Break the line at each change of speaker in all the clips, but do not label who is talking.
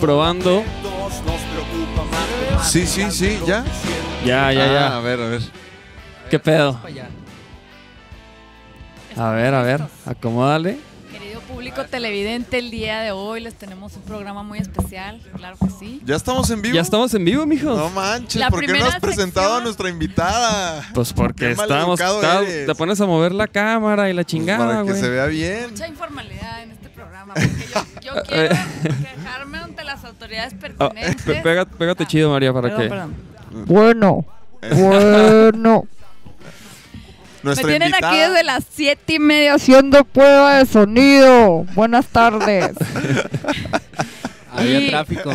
probando.
Sí, sí, sí, ¿ya?
Ya, ya,
Ah,
ya.
A ver, a ver.
¿Qué pedo?
Para allá.
A ver, a ver, acomódale.
Querido público televidente, el día de hoy les tenemos un programa muy especial, claro que sí.
¿Ya estamos en vivo?
Ya estamos en vivo, mijos.
No manches,
La
¿por qué no
primera
has presentado a
sección.
nuestra invitada?
Pues porque
Qué mal
estábamos.
educado
está-
eres.
te pones a mover la cámara y la
Pues
chingada,
Para que
güey.
se vea bien.
Mucha informalidad en este programa, porque yo, yo quiero quejarme ante las autoridades
Ah,
pertinentes.
pe- pega- pégate chido, María, para
Perdón,
que.
perdón.
Bueno, bueno.
Me
Nuestra
tienen
invitada.
aquí desde las siete y media.
Haciendo prueba de sonido. Buenas tardes.
Y-
Había tráfico.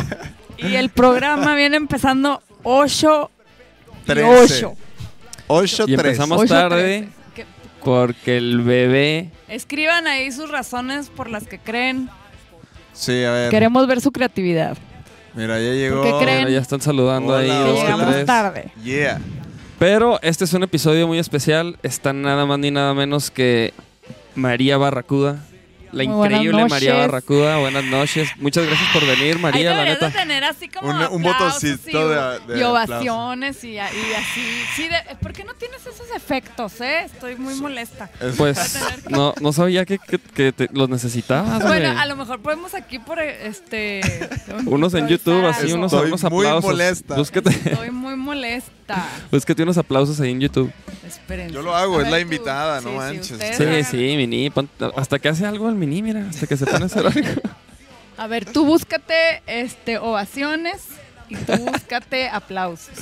Y el programa viene empezando 8
13.
8.
8
Y
3.
empezamos tarde porque el bebé.
Escriban ahí sus razones por las que creen.
Sí, a ver.
Queremos ver su creatividad.
Mira, ya llegó.
¿Por qué creen?
Bueno, ya están saludando
Hola,
ahí
hola.
dos que
Llegamos
tres.
tarde.
Yeah. Eh,
Pero este es un episodio muy especial. Está nada más ni nada menos que María Barracuda. La
Muy buenas
increíble María
noches.
Barracuda. Buenas noches. Muchas gracias por venir, María,
ahí
la
deberías
neta.
de tener así como
Un- un
aplausos
botoncito
y-
de- de
y ovaciones y, y así. Sí, de- ¿Por qué no tienes esos efectos, eh? Estoy muy molesta.
Pues no, no sabía que, que- que te- los necesitabas. güey.
Bueno, a lo mejor podemos aquí por eh, este.
Unos en YouTube, así
improvisar
unos,
algo.
Estoy
unos
muy
aplausos.
molesta.
Búscate,
Estoy muy molesta.
búscate unos aplausos ahí en YouTube.
Espérense.
Yo lo hago,
A
es la
tú.
invitada, no manches.
ustedes
Sí,
hagan-
sí, Mini. ponte- hasta que hace algo el Mini, mira. Hasta que se pone a hacer algo.
A ver, tú búscate este, ovaciones y tú búscate aplausos.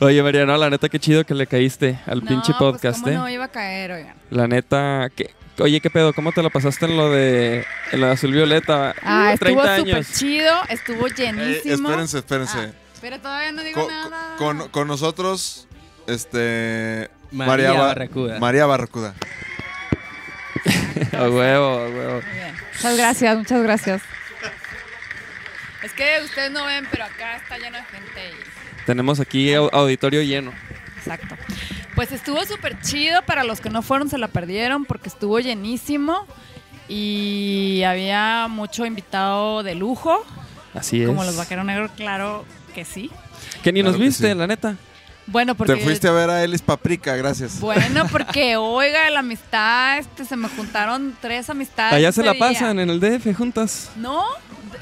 Oye, María, no, la neta, qué chido que le caíste al pinche
no,
podcast,
pues,
¿eh?
¿cómo no iba a caer, oigan.
La neta, ¿qué- oye, ¿qué pedo? ¿Cómo te la pasaste en lo de, en lo de Azul Violeta?
Ah,
Uh,
estuvo súper chido, estuvo
Eh,
llenísimo.
espérense, espérense.
Ah, pero todavía no digo
Co-
nada.
co- con, con nosotros, este.
María
Ba-
Barracuda.
María Barracuda.
A huevo, a huevo.
Muy bien.
Muchas gracias, muchas gracias.
Es que ustedes no ven, pero acá está lleno de gente. y-
Tenemos aquí au- auditorio lleno.
Exacto. Pues estuvo súper chido. Para los que no fueron, se la perdieron porque estuvo llenísimo. Y había mucho invitado de lujo,
Así es.
como los vaqueros negros, claro que sí.
Que ni
Claro
nos
que
viste,
sí.
la neta.
Bueno, porque.
Te fuiste a ver a Elis Paprika, gracias.
Bueno, porque oiga, la amistad, este, se me juntaron tres amistades.
Allá
ese
se la
día.
pasan en el DF juntas.
No,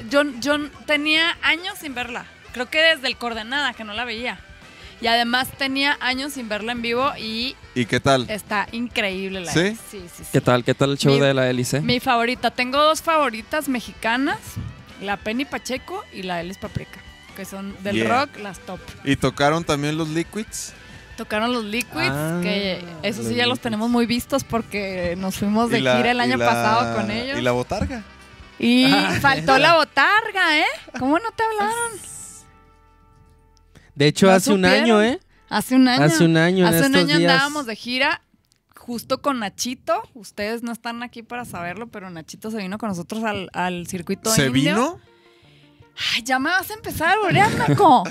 yo, yo tenía años sin verla. Creo que desde el coordenada que no la veía. Y además tenía años sin verla en vivo y
¿Y qué tal?
está increíble la
¿Sí?
Elis. Sí, sí, sí.
¿Qué tal? eh? ¿Qué tal el show
Mi-
de la hélice?
Mi favorita. Tengo dos favoritas mexicanas, la Penny Pacheco y la Elis Paprika, que son del
Yeah.
rock las top.
¿Y tocaron también los liquids?
Tocaron los Liquids,
Ah,
que eso sí
los
ya los
Liquids.
tenemos muy vistos porque nos fuimos de
Y la-
gira el
y
año
la-
pasado con ellos.
¿Y la botarga?
Y
Ah,
faltó
ya.
la botarga, ¿eh? ¿Cómo no te hablaron?
De hecho,
¿No
hace un
supieron?
año, ¿eh?
Hace un año.
Hace un año, en
Hace un
estos
año
días.
andábamos de gira justo con Nachito. Ustedes no están aquí para saberlo, pero Nachito se vino con nosotros al, al circuito
¿Se
indio.
vino?
Ay, ya me vas a empezar, Borea, Naco.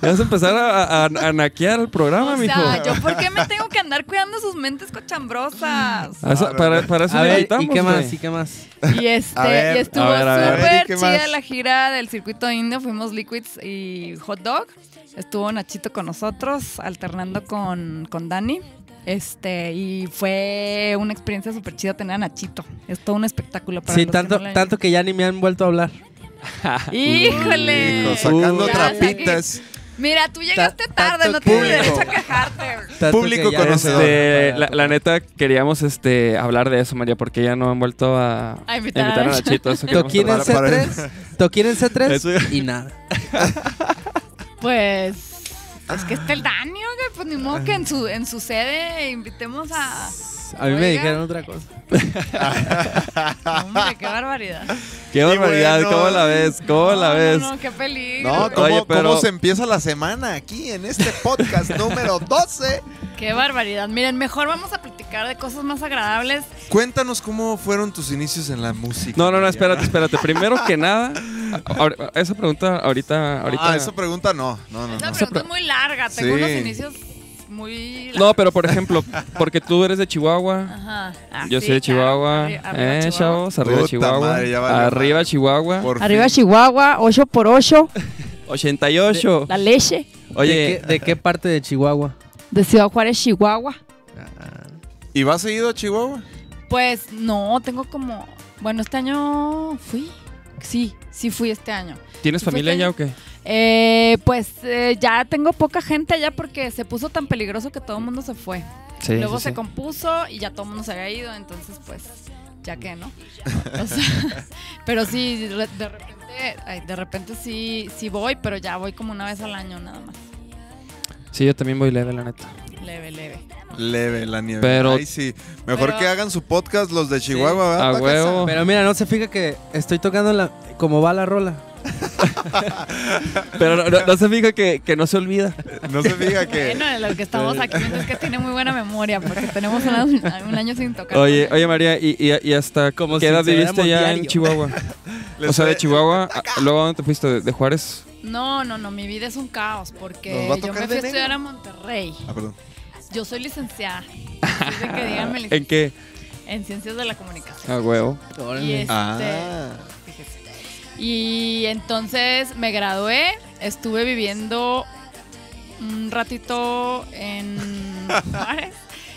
Ya vas a empezar a, a, a naquear el programa,
o
mijo.
sea, ¿yo por qué me tengo que andar cuidando sus mentes cochambrosas?
Ah,
A eso-
A ver,
para, para eso
A
lo
ver,
invitamos,
¿y qué
güey.
más? ¿Y qué más?
Y, este,
A ver,
y estuvo
a ver, a ver.
A ver,
súper
¿y qué
chida
más?
la gira del circuito indio. Fuimos Liquids y Hot Dog. Estuvo Nachito con nosotros, alternando con, con Dani. Este, y fue una experiencia súper chida tener a Nachito. Es todo un espectáculo para
Sí,
los
tanto,
que no lo hayan
tanto que ya ni me han vuelto a hablar.
visto. ¡Híjole!
Uh, Hijo, sacando
Ya,
trapitas.
Mira, tú llegaste tarde,
tanto
no tienes
que-
derecho a quejarte.
Tanto
Público
que ya no me
conocedor.
vuelven
Este,
a
la,
hablar.
la neta, queríamos este, hablar de eso, María, porque ya no han vuelto a,
A invitar.
a Nachito. Eso queríamos
Toquín en
hablar.
Para- para-
C3, Toquín en C3
Eso ya-
y nada.
Pues es que está el Dani, oiga, pues ni modo que en su, en su sede invitemos a,
Liquids. A mí me
Oiga.
dijeron otra cosa.
Hombre, qué barbaridad.
Qué barbaridad,
bueno.
¿cómo la ves? ¿Cómo la
No,
ves?
No, no, qué peligro.
No, ¿cómo,
Oye, pero-
cómo se empieza la semana aquí en este podcast número 12?
Qué barbaridad. Miren, mejor vamos a platicar de cosas más agradables.
Cuéntanos cómo fueron tus inicios en la música.
No, no, no, espérate, espérate. Primero que nada, ahor- esa pregunta ahorita, ahorita.
Ah, esa pregunta no. No, no,
Esa
no.
pregunta es muy larga. Tengo
Sí.
unos inicios muy
No, pero por ejemplo, porque tú eres de Chihuahua,
Ajá. Ah,
yo
sí,
soy de
claro.
Chihuahua,
Arri- arriba
eh,
Chihuahua.
chavos, arriba
Puta
Chihuahua,
madre, ya valió
arriba
madre.
Chihuahua,
Por
Arriba
fin.
Chihuahua, 8 por 8
88.
la leche.
¿De
Oye,
qué, de qué parte de Chihuahua?
De Ciudad Juárez, Chihuahua.
¿Y vas seguido a Chihuahua?
Pues no, tengo como. Bueno, este año fui. Sí, sí fui este año.
¿tienes
¿y fue
familia
este
ya
año?
o qué?
Eh, pues eh, ya tengo poca gente allá porque se puso tan peligroso que todo el mundo se fue.
Sí.
Luego
sí,
se
sí.
compuso y ya todo el mundo se había ido, entonces pues ya que, ¿no? O sea, pero sí, de de repente, ay, de repente sí, sí voy, pero ya voy como una vez al año nada más.
Sí, yo también voy leve, la neta.
Leve, leve.
Leve la nieve.
Pero-
Ay, sí. Mejor
Pero-
que hagan su podcast los de Chihuahua, ¿verdad?
A
Paca?
huevo.
Pero mira, no se fija que estoy tocando la, como va la rola.
Pero no, no- no se fija que, que no se olvida.
No se diga que.
Bueno, de lo que estamos aquí es que tiene muy buena memoria porque tenemos una- un año sin tocar.
Oye, oye María, ¿y, y, y hasta
Como
qué
si
edad
se
viviste
viéramos
ya en
diario.
Chihuahua?
les
o sea,
fue-
de Chihuahua, a- ¿luego a dónde te fuiste? ¿De, de Juárez?
No, no, no, mi vida es un caos porque
Nos va a
yo
tocar
me fui a
de
estudiar a Monterrey.
Ah, perdón.
Yo soy licenciada. Así de que díganme
¿En qué?
en ciencias de la comunicación.
A huevo.
Y este,
Ah.
Fíjese. Y entonces me gradué, estuve viviendo un ratito en Juárez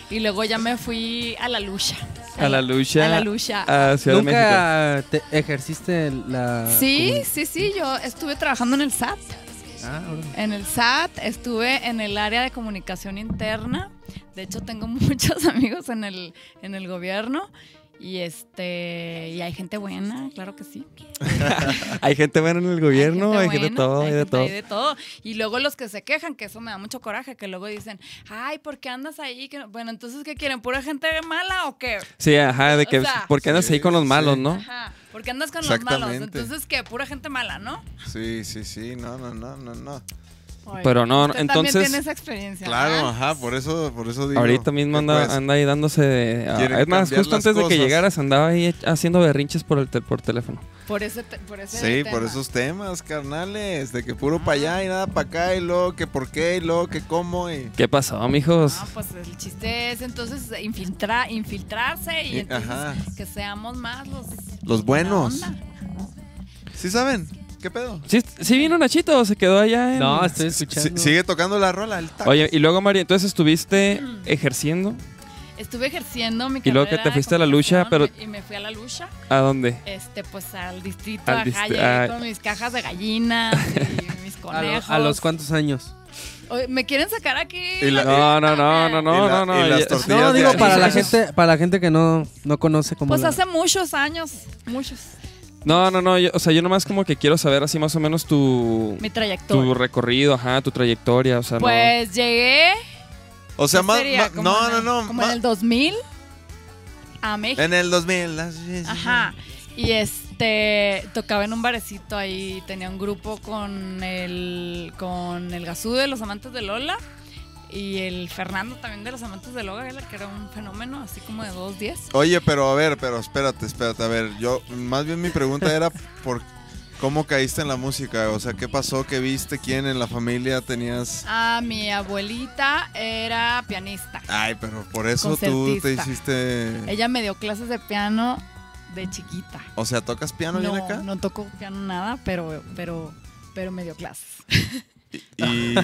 y luego ya me fui a la lucha.
A la lucha. Ah,
A la lucha.
A Ciudad de México.
¿Nunca te ejerciste la...
Sí, sí, sí, yo estuve trabajando en el SAT.
comuni- Ah, órale.
En el SAT estuve en el área de comunicación interna. De hecho, tengo muchos amigos en el, en el gobierno. Y este y hay gente buena, claro que sí.
Hay gente buena en el gobierno, hay, de
buena,
todo, hay de
gente-
todo.
hay de todo. Y luego los que se quejan, que eso me da mucho coraje, que luego dicen, ay, ¿por qué andas ahí? Que no-". Bueno, entonces, ¿qué quieren? ¿Pura gente mala o qué?
Sí, ajá, de
O
que.
sea-
¿Por qué andas ahí con los
Sí,
malos,
sí.
no?
Ajá, ¿por qué andas con los malos?
Exactamente.
Entonces, ¿qué? ¿Pura gente mala, no?
Sí, sí, sí. No, no, no, no, no.
Oye,
Pero no, no,
usted
entonces-
También tiene esa experiencia.
Claro,
¿verdad?
ajá, por eso, por eso digo.
Ahorita mismo
que,
anda,
pues,
anda ahí dándose de... ah,
quieren
Es más,
cambiar
justo
las
antes de que
cosas.
llegaras andaba ahí haciendo berrinches por el tel- por teléfono.
Por ese, te- por ese
Sí, por
tema.
esos temas, carnales, de que puro para allá y nada para acá y luego que por qué y luego que cómo y...
¿Qué pasó, mijos?
No, pues el chiste es entonces infiltra- infiltrarse y
Y-
entonces
ajá.
que seamos más los...
Los buenos.
buena onda.
¿Sí saben? ¿Qué pedo?
¿Sí, sí vino Nachito o se quedó allá en...?
No, estoy
Si-
escuchando.
sigue tocando la rola, el taco.
Oye, y luego, María, entonces estuviste ejerciendo.
Estuve ejerciendo mi
Y
carrera.
luego que te
de
fuiste a la lucha,
comunicación Y me fui a la lucha.
¿A dónde?
este pues al distrito
Al
acá
dist-
llegué
ah.
con mis cajas de gallinas y mis
A, lo-
conejos
a los cuántos años?
Oye, me quieren sacar aquí
Y la-
No, no, no, no, no,
Y
no,
la-
no.
y las
ya-
tortillas
No,
de
digo,
harina.
para la,
Sí, sí.
gente, para la gente que no, no conoce como
pues
la-
hace muchos años muchos
No, no, no. yo- o sea, yo nomás como que quiero saber así más o menos tu...
mi
Tu
trayectoria
recorrido, ajá, tu trayectoria, o sea, no-
pues llegué
o sea,
¿qué
más,
sería?
más-
Como
no,
en
no,
el-
no,
como en
más-
el 2000 a México
en el ah, 2000. las-
ajá y este tocaba en un barecito ahí tenía un grupo con el con el Gazú de los amantes de Lola y el Fernando también de los amantes de Lola que era un fenómeno así como de 210
Oye, pero a ver, pero espérate, espérate, a ver, yo, más bien mi pregunta era por cómo caíste en la música, o sea, qué pasó, qué viste, quién en la familia tenías...
Ah, mi abuelita era pianista.
Ay, pero por eso tú te
Concertista.
hiciste...
Ella me dio clases de piano de chiquita.
O sea, ¿tocas piano
No,
bien acá?
no tocó piano nada, pero, pero, pero me dio clases.
Y,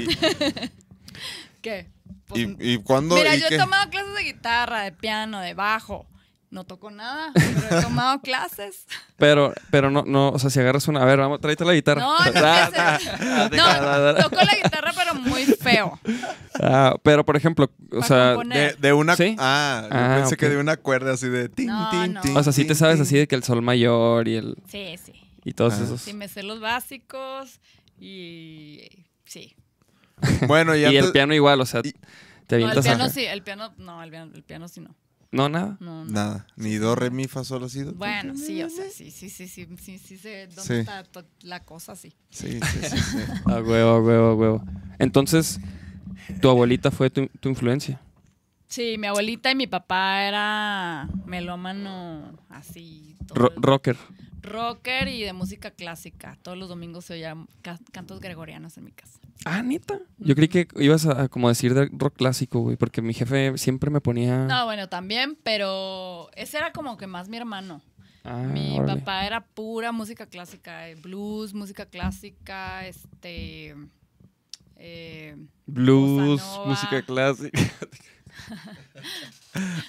¿Qué? Pues,
y, y cuándo
mira,
y
yo he
qué?
tomado clases de guitarra, de piano, de bajo. No toco nada, pero he tomado clases.
Pero, pero no, no, o sea, si agarras una... A ver, vamos, tráete la guitarra.
No, no,
Ah,
no,
ah, ah.
no, toco la guitarra, pero muy feo.
Ah, pero, por ejemplo, o
Para
sea,
componer.
de, de una
¿Sí?
ah, yo
Ah,
pensé
ok.
que de una cuerda así de tin,
No,
tin,
no.
tin,
o sea, sí
tin,
te sabes
tin.
así de que el sol mayor y el
Sí, sí.
y todos
Ah.
esos.
Sí, me sé los básicos y sí.
Bueno, y,
Y, el
antes-
piano igual, o sea,
y-
te
No, el
avientas a-
piano sí, el piano, no, el piano, el piano sí no.
No, nada.
No, no.
Nada. Ni do, re, mi, fa, sol, ha sido.
Bueno, sí, o sea, sí, sí, sí, sí, sí, sí sé dónde
Sí.
está to- la cosa, sí.
Sí, sí, sí. sí.
A huevo, a huevo, a huevo. Entonces, tu abuelita fue tu, tu influencia.
Sí, mi abuelita y mi papá era melómano así. todo
Ro-
el-
rocker.
rocker y de música clásica. Todos los domingos se oían ca- cantos gregorianos en mi casa.
Ah, neta. Yo creí que ibas a, a como decir de rock clásico, güey, porque mi jefe siempre me ponía.
No, bueno, también, pero ese era como que más mi hermano.
Ah,
Mi
órale.
papá era pura música clásica, eh, blues, música clásica, este... eh,
Blues,
Bossa nova.
música clásica.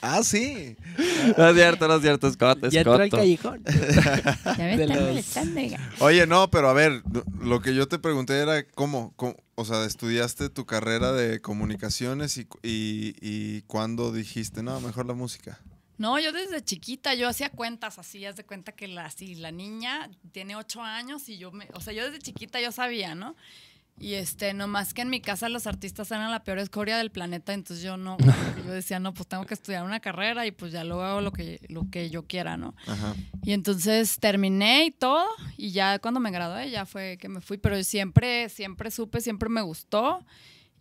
ah, sí.
no es cierto, no es cierto, Scott. es
Ya entró al
Scotto.
callejón.
ya me
De
están
los-
molestando, oiga.
Oye, no, pero a ver, lo que yo te pregunté era cómo, cómo- o sea, estudiaste tu carrera de comunicaciones y, cu- y, y cuándo dijiste, no, mejor la música.
No, yo desde chiquita, yo hacía cuentas así, haz de cuenta que la, si la niña tiene ocho años y yo me, o sea, yo desde chiquita yo sabía, ¿no? Y este, nomás que en mi casa los artistas eran la peor escoria del planeta, entonces yo no, yo decía, no, pues tengo que estudiar una carrera y pues ya luego hago lo que, lo que yo quiera, ¿no?
Ajá.
Y entonces terminé y todo, y ya cuando me gradué ya fue que me fui, pero siempre, siempre supe, siempre me gustó.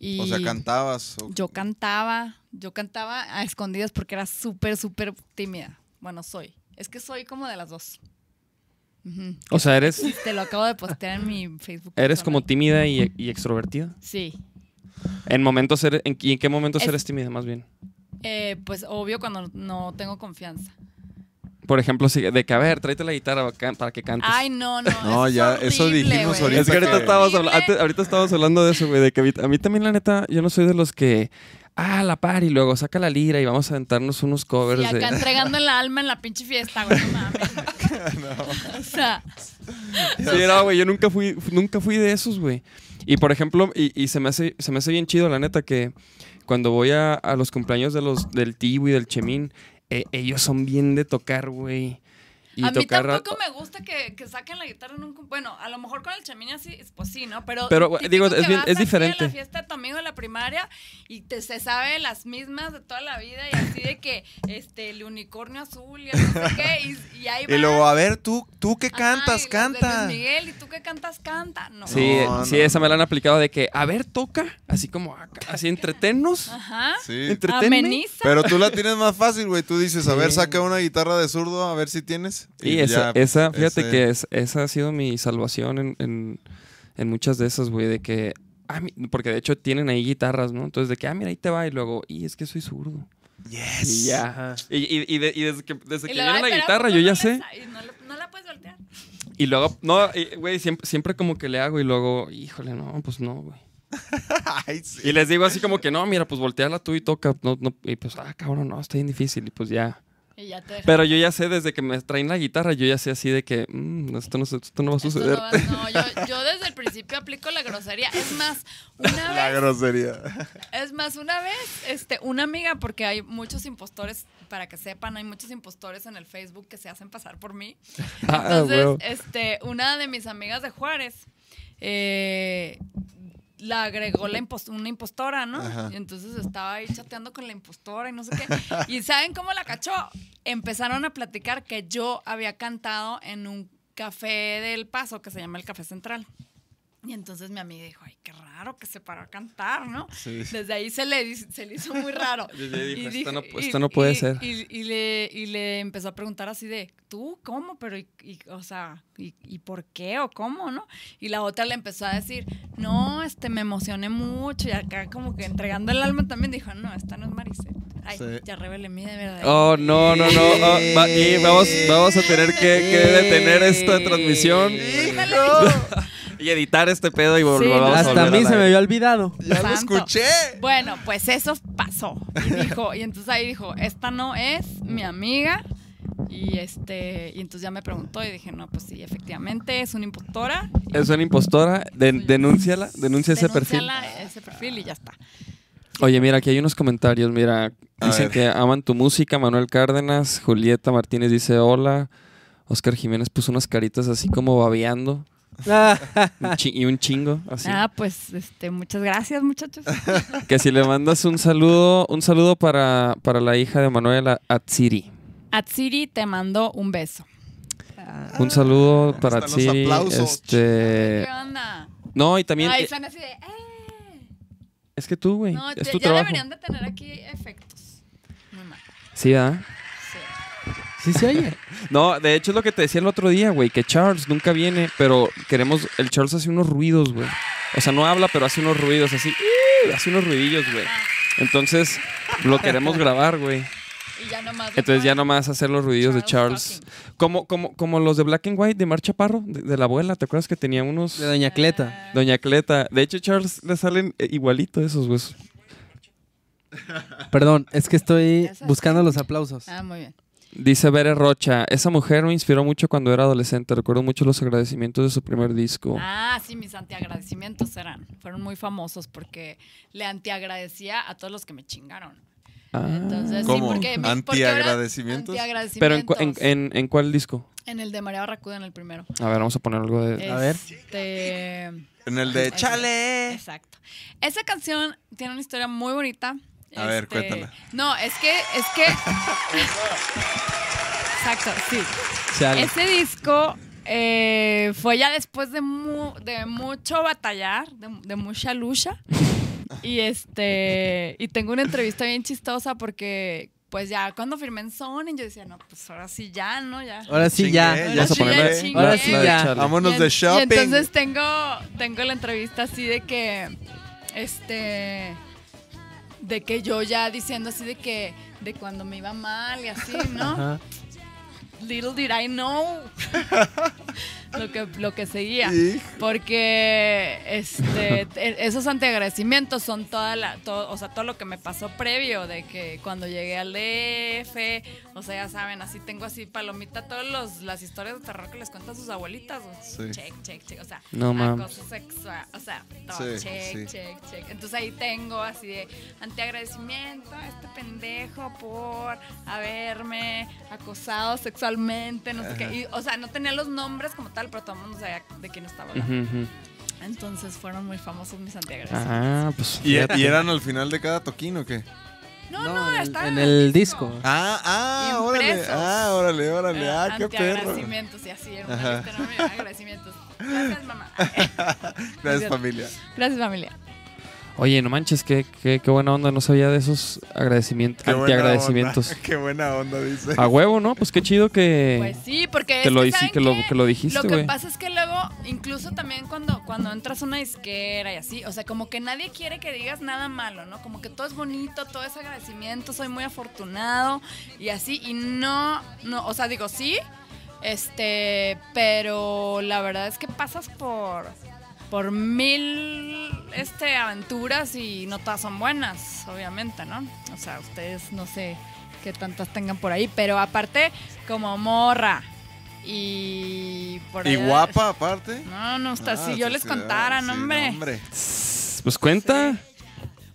Y
O sea, cantabas. o-
yo cantaba, yo cantaba a escondidas porque era súper, súper tímida. Bueno, soy. Es que soy como de las dos. Ujú.
O sea, eres,
Te lo acabo de postear en mi Facebook.
eres
personal.
como tímida y, y extrovertida.
Sí.
En momentos eres- en, ¿Y en qué momentos
Es-
eres tímida, más bien?
Eh, pues obvio cuando no tengo confianza.
Por ejemplo, si- de que, a ver, tráete la guitarra va- can- para que cantes.
Ay, no, no.
No,
es
ya, eso
horrible,
dijimos
güey.
ahorita
Es que ahorita
que-
estábamos, habla-
horrible.
antes- ahorita estábamos hablando de eso, güey, de que a mí- a mí también, la neta, yo no soy de los que, ah, la par y luego saca la lira y vamos a aventarnos unos covers
Y acá
de...
entregando el alma en la pinche fiesta, güey. No mames. O sea,
Sí, no, güey, yo nunca fui, nunca fui de esos, güey. Y por ejemplo, y, y se, me hace, se me hace bien chido, la neta, que cuando voy a, a los cumpleaños de los, del Tibu y del Chemín, eh, ellos son bien de tocar, güey. Y
a mí
tocar ra-
tampoco me gusta que, que saquen la guitarra en un... cum- Bueno, a lo mejor con el chamín así, es- pues sí, ¿no? Pero,
Pero, güey,
típico
digo,
que
es bien-
vas
es
así A
diferente.
la fiesta de tu amigo de la primaria y te, se sabe las mismas de toda la vida y así de que este, el unicornio azul y el no sé qué. Y, y ahí
Y
van.
luego, a ver, tú, tú que
Ajá,
cantas,
y los de
canta.
Luis Miguel, ¿y tú qué cantas? Canta. No.
Sí,
No,
sí,
no,
esa me la han aplicado de que, a ver, toca, así como, acá, así entretenos.
Ajá.
Sí.
Entretenme.
Ameniza.
Pero tú la tienes más fácil, güey. Tú dices, a ver,
Sí.
saca una guitarra de zurdo, a ver si tienes.
Y pues, esa,
ya,
esa, fíjate
ese-
que es, esa ha sido mi salvación en, en- en muchas de esas, güey, de que, ah, mi- porque de hecho tienen ahí guitarras, ¿no? Entonces de que, ah, mira, ahí te va, y luego, y es que soy zurdo. Y ya. Y, y- y de- y desde que, desde
Y
que
luego,
viene la
ay, pero ¿a
guitarra,
poco
yo
no
ya
le
sé.
sa- y No, le- no la puedes voltear.
Y luego, no, y, güey, siempre, siempre como que le hago y luego, híjole, no, pues no, güey.
Ay, sí.
Y les digo así como que, no, mira, pues volteala tú y toca. No, no, y pues, ah, cabrón, no, está bien difícil. Y pues ya.
Y ya te dejan.
Pero yo ya sé, desde que me traen la guitarra, yo ya sé así de que, mm, esto, no, se- esto no va a
Esto
suceder.
No, va- no, yo, yo desde el principio aplico la grosería. Es más, una
La
vez,
grosería.
es más, una vez, este, una amiga, porque hay muchos impostores, para que sepan, hay muchos impostores en el Facebook que se hacen pasar por mí.
Ah,
Entonces,
huevo.
este, una de mis amigas de Juárez, eh, la agregó la impos- una impostora, ¿no?
Ajá.
Y entonces estaba ahí chateando con la impostora y no sé qué. ¿Y saben cómo la cachó? Empezaron a platicar que yo había cantado en un café del Paso que se llama el Café Central. Y entonces mi amiga dijo, ay, qué raro que se paró a cantar, ¿no?
Sí.
Desde ahí se le, dis- se le hizo muy raro.
Desde ahí dijo,
Y
"Esto no-
dije-
esto no puede ser".
Y, y le, y le empezó a preguntar así de, ¿tú cómo? Pero, y, y, o sea, y, y por qué? ¿O cómo? ¿No? Y la otra le empezó a decir, no, este, me emocioné mucho. Y acá como que entregando el alma también dijo, no, esta no es Maricel. Ay,
Sí.
ya revelé mi de verdad.
Oh, no, no, no. ah, va- y vamos, vamos a tener que, que detener esta transmisión y editar este pedo y vol-
Sí,
volvamos a
Hasta
volver
a mí
al
se me
aire.
había olvidado.
Ya lo
Santo.
escuché.
Bueno, pues eso pasó. Y dijo, y entonces ahí dijo, esta no es mi amiga. Y este, y entonces ya me preguntó y dije, no, pues sí, efectivamente es una impostora.
Es una impostora. de- denúnciala, denuncia ese perfil.
Denúnciala, ese perfil y ya está.
Oye, mira, aquí hay unos comentarios. Mira,
A
dicen
ver.
que aman tu música. Manuel Cárdenas, Julieta Martínez dice hola. Oscar Jiménez puso unas caritas así como babeando. Un chi- y un chingo, así.
Ah, pues este, muchas gracias, muchachos.
Que si le mandas un saludo, un saludo para, para la hija de Manuel Atsiri.
Atsiri te mandó un beso.
Un saludo para
Están Ah, los
Atsiri.
aplausos.
Este.
¿Qué onda?
No, y también.
Ay,
eh,
están así de. "Eh".
es que tú, güey.
No,
es
te-
tu
ya
trabajo.
deberían de tener aquí efectos. Muy mal.
Sí, ¿verdad?
Sí.
Sí se oye.
No, de hecho es lo que te decía el otro día, güey, que Charles nunca viene, pero queremos. El Charles hace unos ruidos, güey. O sea, no habla, pero hace unos ruidos así. "Ih", Hace unos ruidillos, güey.
Ah.
Entonces, lo queremos grabar, güey.
Y ya nomás. lo
Entonces ya
ponen.
nomás hacer los ruidos de Charles.
Charles
Como, como, como los de Black and White de Marcha Parro, de, de la abuela, ¿te acuerdas que tenía unos?
De Doña Cleta.
Doña Cleta. De hecho, Charles le salen eh, igualito esos huesos.
Perdón, es que estoy
Esas-
buscando los aplausos.
Ah, muy bien.
Dice Bere Rocha, esa mujer me inspiró mucho cuando era adolescente. Recuerdo mucho los agradecimientos de su primer disco.
Ah, sí, mis antiagradecimientos eran. Fueron muy famosos porque le antiagradecía a todos los que me chingaron.
Ah.
Entonces, sí,
¿Cómo?
porque. mi- porque era
¿Antiagradecimientos?
Pero en,
Antiagradecimientos.
cu- en, en- en cuál disco?
En el de María Barracuda, en el primero.
A ver, vamos a poner algo
Eh,
de...
A ver.
Este,
En el de Chale.
Exacto. Esa canción tiene una historia muy bonita. Este,
A ver, cuéntala.
No, es que, es que. Exacto, sí.
Chale.
Ese disco eh, fue ya después de, mu- de mucho batallar, de, de mucha lucha. Y este y tengo una entrevista bien chistosa porque pues ya cuando firmé en Sony yo decía, no, pues ahora sí ya, ¿no? Ya.
Ahora sí,
Chingué,
ya.
ya
Vamos a
sí,
poner
ya
la-
chingué.
la-
Ahora sí,
la de
ya.
Charlie.
Y
Vámonos
en-
de shopping.
Y entonces tengo, tengo la entrevista así de que. Este. De que yo ya diciendo así de que. De cuando me iba mal y así, ¿no?
Ajá.
Little did I know. lo, que, lo que seguía.
Y-
Porque este, e- esos antiagradecimientos son toda la, todo, o sea, todo lo que me pasó previo, de que cuando llegué al DF, o sea, ya saben, así tengo así palomita todas los, las historias de terror que les cuentan sus abuelitas. güey.
Sí.
Check, check, check. O sea,
No mames.
acoso sexual, o sea, todo,
Sí,
check,
sí.
check, check. Entonces ahí tengo así de antiagradecimiento a este pendejo por haberme acosado sexualmente, no sé qué. Y, o sea, no tenía los nombres como tal, pero todo el mundo sabía de quién estaba hablando.
Ujú, ujú.
Entonces fueron muy famosos mis
Ah,
antiagradecimientos.
pues...
¿Y,
fíjate.
y eran al final de cada toquín o qué?
No, no,
en el-
estaba
en el disco.
Ah, ah, órale.
Impresos.
Ah, órale, órale.
Ah,
Ah, qué perro.
Antiagradecimientos y así, era una
Ajá.
lista enorme de agradecimientos. Gracias, mamá.
Gracias, familia.
Gracias, familia.
Oye, no manches, qué, qué, qué buena onda. No sabía de esos agradecimientos,
Qué buena
antiagradecimientos.
onda. Qué buena onda, dice.
A huevo, ¿no? Pues qué chido que...
Pues sí, porque
que
es
lo,
que,
hici-
¿saben
que lo,
qué?
que lo dijiste,
Lo que
güey.
pasa es que luego, incluso también cuando, cuando entras a una disquera y así, o sea, como que nadie quiere que digas nada malo, ¿no? Como que todo es bonito, todo es agradecimiento, soy muy afortunado y así, y no, no, o sea, digo, sí, este, pero la verdad es que pasas por, por mil, este, aventuras y no todas son buenas, obviamente, ¿no? O sea, ustedes no sé qué tantas tengan por ahí, pero aparte, como morra. Y, por
Y
allá-
guapa, aparte.
no, no, está,
Ah,
si yo les
sí,
contara,
sí,
no,
no,
hombre.
Pues cuenta.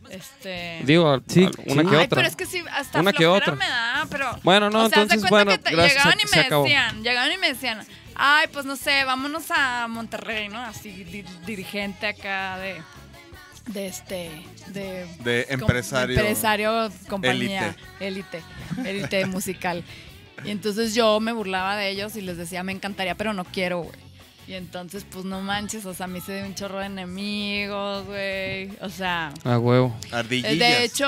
Este.
Digo, al-
Sí,
al- una
sí.
que
Ay,
otra.
pero es que sí, hasta
Una
una
que otra.
me da, pero.
Bueno, no,
o sea, haz de
entonces,
cuenta
bueno,
que te-
gracias,
llegaban
se-
y
se
me
acabó.
decían, llegaban y me decían, ay, pues no sé, vámonos a Monterrey, ¿no? Así, di- dirigente acá de. De este. De.
De
com-
empresario.
empresario, compañía. Élite. Élite musical. Y entonces yo me burlaba de ellos y les decía, me encantaría, pero no quiero, güey. Y entonces, pues no manches, o sea, me hice de un chorro de enemigos, güey. O sea,
A huevo.
Ardillillas.
Eh, de hecho,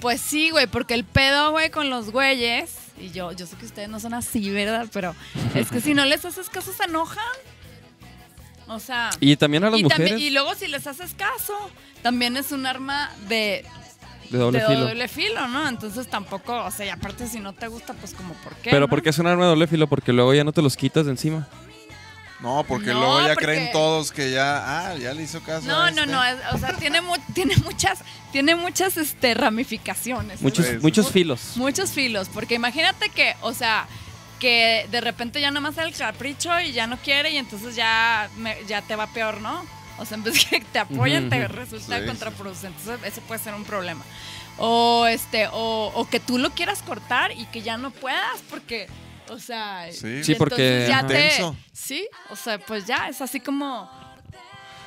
pues sí, güey, porque el pedo, güey, con los güeyes, y yo, yo sé que ustedes no son así, ¿verdad? Pero es que si no les haces caso, se enojan. O sea,
Y también a las
y también-
mujeres
y luego si les haces caso, también es un arma de,
de doble
de
filo.
doble filo, ¿no? Entonces tampoco, o sea, y aparte si no te gusta, pues como, ¿por qué?
Pero
no?
porque es un arma de doble filo, porque luego ya no te los quitas de encima.
No, porque
No,
luego ya
porque-
creen todos que ya. Ah, ya le hizo caso.
No,
a
no,
este.
no, es- o sea, tiene, mu- tiene muchas, tiene muchas este, ramificaciones.
Muchos,
Sí, sí.
muchos filos.
Muchos filos, porque imagínate que, o sea, que de repente ya nomás era el capricho y ya no quiere y entonces ya, me- ya te va peor, ¿no? O sea, en vez que te apoyen,
Ujú,
te
ujú.
resulta
Sí, sí.
contraproducente. Entonces, eso puede ser un problema. O, este, o, o que tú lo quieras cortar y que ya no puedas porque... O sea,
Sí.
y
Sí,
porque,
entonces ya
ajá.
te-
Intenso.
sí, o sea, pues ya es así como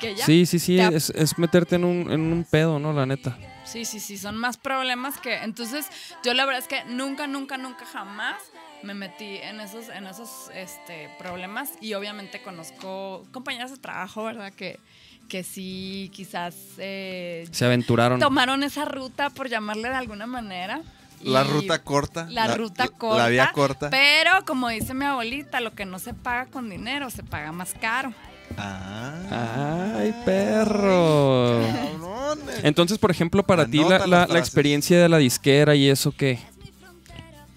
que ya.
Sí, sí, sí,
Ya.
es, es meterte en un, en un pedo, ¿no? La neta.
Sí, sí, sí, son más problemas que. Entonces, yo la verdad es que nunca, nunca, nunca jamás me metí en esos, en esos este, problemas. Y obviamente conozco compañeras de trabajo, ¿verdad? Que, que sí, quizás eh,
Se aventuraron.
tomaron esa ruta, por llamarle de alguna manera.
La
y-
ruta corta.
La, ruta corta.
La vía corta.
Pero, como dice mi abuelita, lo que no se paga con dinero se paga más caro.
Ah.
¡Ay, perro!
Cabrones.
Entonces, por ejemplo, para ti la,
Anota las
la- la
frases.
experiencia de la disquera y eso que...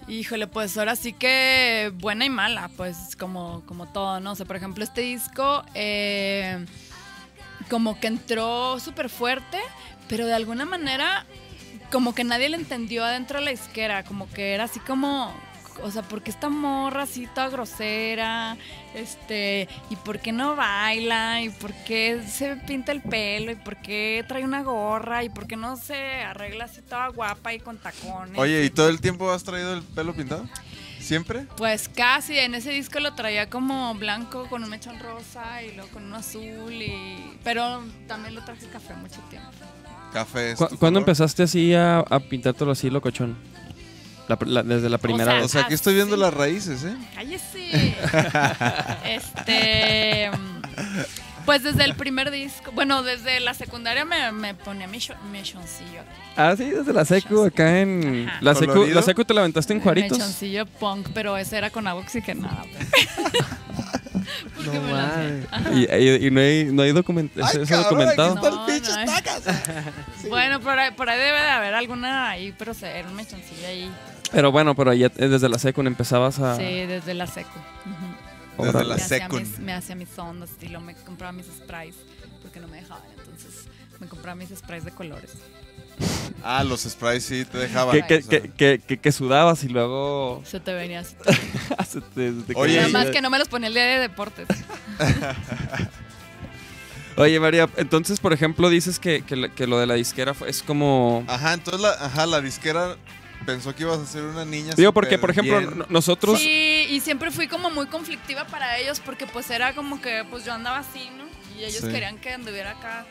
Híjole, pues ahora sí que buena y mala, pues como, como todo, ¿no? O sea, por ejemplo, este disco eh, como que entró súper fuerte, pero de alguna manera como que nadie le entendió adentro de la disquera, como que era así como... O sea, ¿por qué esta morra así toda grosera? Este, ¿y por qué no baila? ¿Y por qué se pinta el pelo? ¿Y por qué trae una gorra? ¿Y por qué no se arregla así toda guapa y con tacones?
Oye, ¿y todo el tiempo has traído el pelo pintado? ¿Siempre?
Pues casi, en ese disco lo traía como blanco con un mechón rosa y luego con uno azul y... Pero también lo traje café mucho tiempo.
Café. es
¿Cu-
tu
¿Cuándo
color?
empezaste así a, a pintártelo así, locochón? La pr- la- desde la primera
sea,
O
vez.
sea, aquí estoy viendo
Sí.
las raíces, ¿eh?
¡Cállese! este... Pues desde el primer disco, bueno, desde la secundaria me, me ponía mi cho- mechoncillo aquí.
Ah, sí, desde la secu, acá en... La secu,
¿Colorido?
la secu te la aventaste en Juaritos.
Mechoncillo punk, pero ese era con agua oxigenada. pues. Porque
No
me lo hacía. Ah,
mames.
Y, y- y no hay, no hay document- eso- eso documentado.
No, no es. Bueno, por ahí, por ahí debe de haber alguna ahí, pero se- era un mechoncillo ahí.
Pero bueno, pero ya eh, desde la secu empezabas a...
Sí, desde la seco. Ujú.
Desde
Órale.
la
me hacía,
secund.
mis, me hacía mis ondas y luego me compraba mis sprays porque no me dejaban. Entonces me compraba mis sprays de colores.
Ah, los sprays sí te dejaban.
Que, que,
o sea.
que, que, que- que sudabas y luego...
Se te venía así.
se te- se te
Oye,
caía.
Nada más que no me los ponía el día de deportes.
Oye, María, entonces, por ejemplo, dices que, que lo- que lo de la disquera fue- es como...
Ajá, entonces la, ajá, la disquera pensó que ibas a ser una niña.
Digo, porque,
súper
por ejemplo,
bien.
no- nosotros...
Sí, y siempre fui como muy conflictiva para ellos porque pues era como que pues yo andaba así, ¿no? Y ellos
Sí.
querían que anduviera acá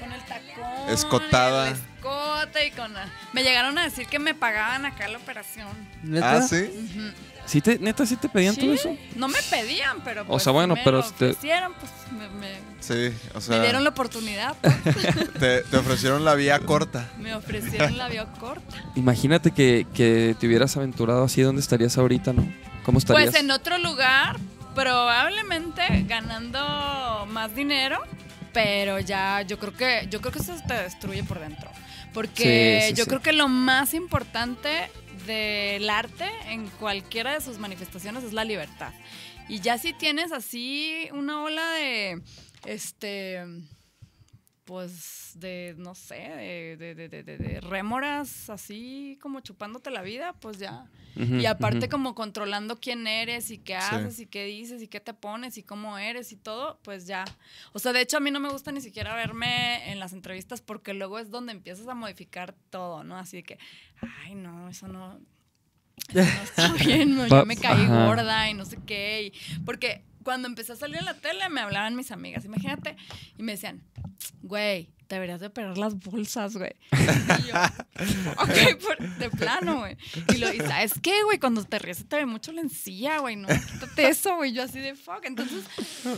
con el tacón.
Escotada.
y el escote y con... la- Me llegaron a decir que me pagaban acá la operación.
Ah,
¿Neta?
sí.
Ujú.
¿Sí te, ¿Neta sí te pedían todo
Sí,
eso?
No me pedían, pero pues,
sea, bueno,
me
pero
lo
este-
ofrecieron, pues me, me-
Sí, o
me dieron
sea,
la oportunidad, pues,
te, te ofrecieron la vía corta.
me ofrecieron la vía corta.
Imagínate que, que te hubieras aventurado así, ¿dónde estarías ahorita, no? ¿Cómo estarías?
Pues en otro lugar, probablemente ganando más dinero, pero ya yo creo que yo creo que eso te destruye por dentro, porque
Sí, sí,
yo
sí.
creo que lo más importante del arte en cualquiera de sus manifestaciones es la libertad. Y ya si tienes así una ola de este pues de no sé, de, de- de- de- de- de rémoras así como chupándote la vida, pues ya.
Ujú,
Y aparte
ujú.
como controlando quién eres y qué haces y qué dices y qué te pones y cómo eres y todo, pues ya. O sea, de hecho a mí no me gusta ni siquiera verme en las entrevistas porque luego es donde empiezas a modificar todo, ¿no? Así de que, ay, no, eso no... eso no está bien, no,
Pa-
yo me caí
ajá.
gorda y no sé qué. y- porque cuando empecé a salir en la tele me hablaban mis amigas, imagínate, y me decían, güey, te deberías de operar las bolsas, güey. Y yo, ok, por- de plano, güey. Y lo y ¿sabes qué, güey? Cuando te ríes se te ve mucho la encía, güey. No, quítate eso, güey. Yo así de fuck. Entonces,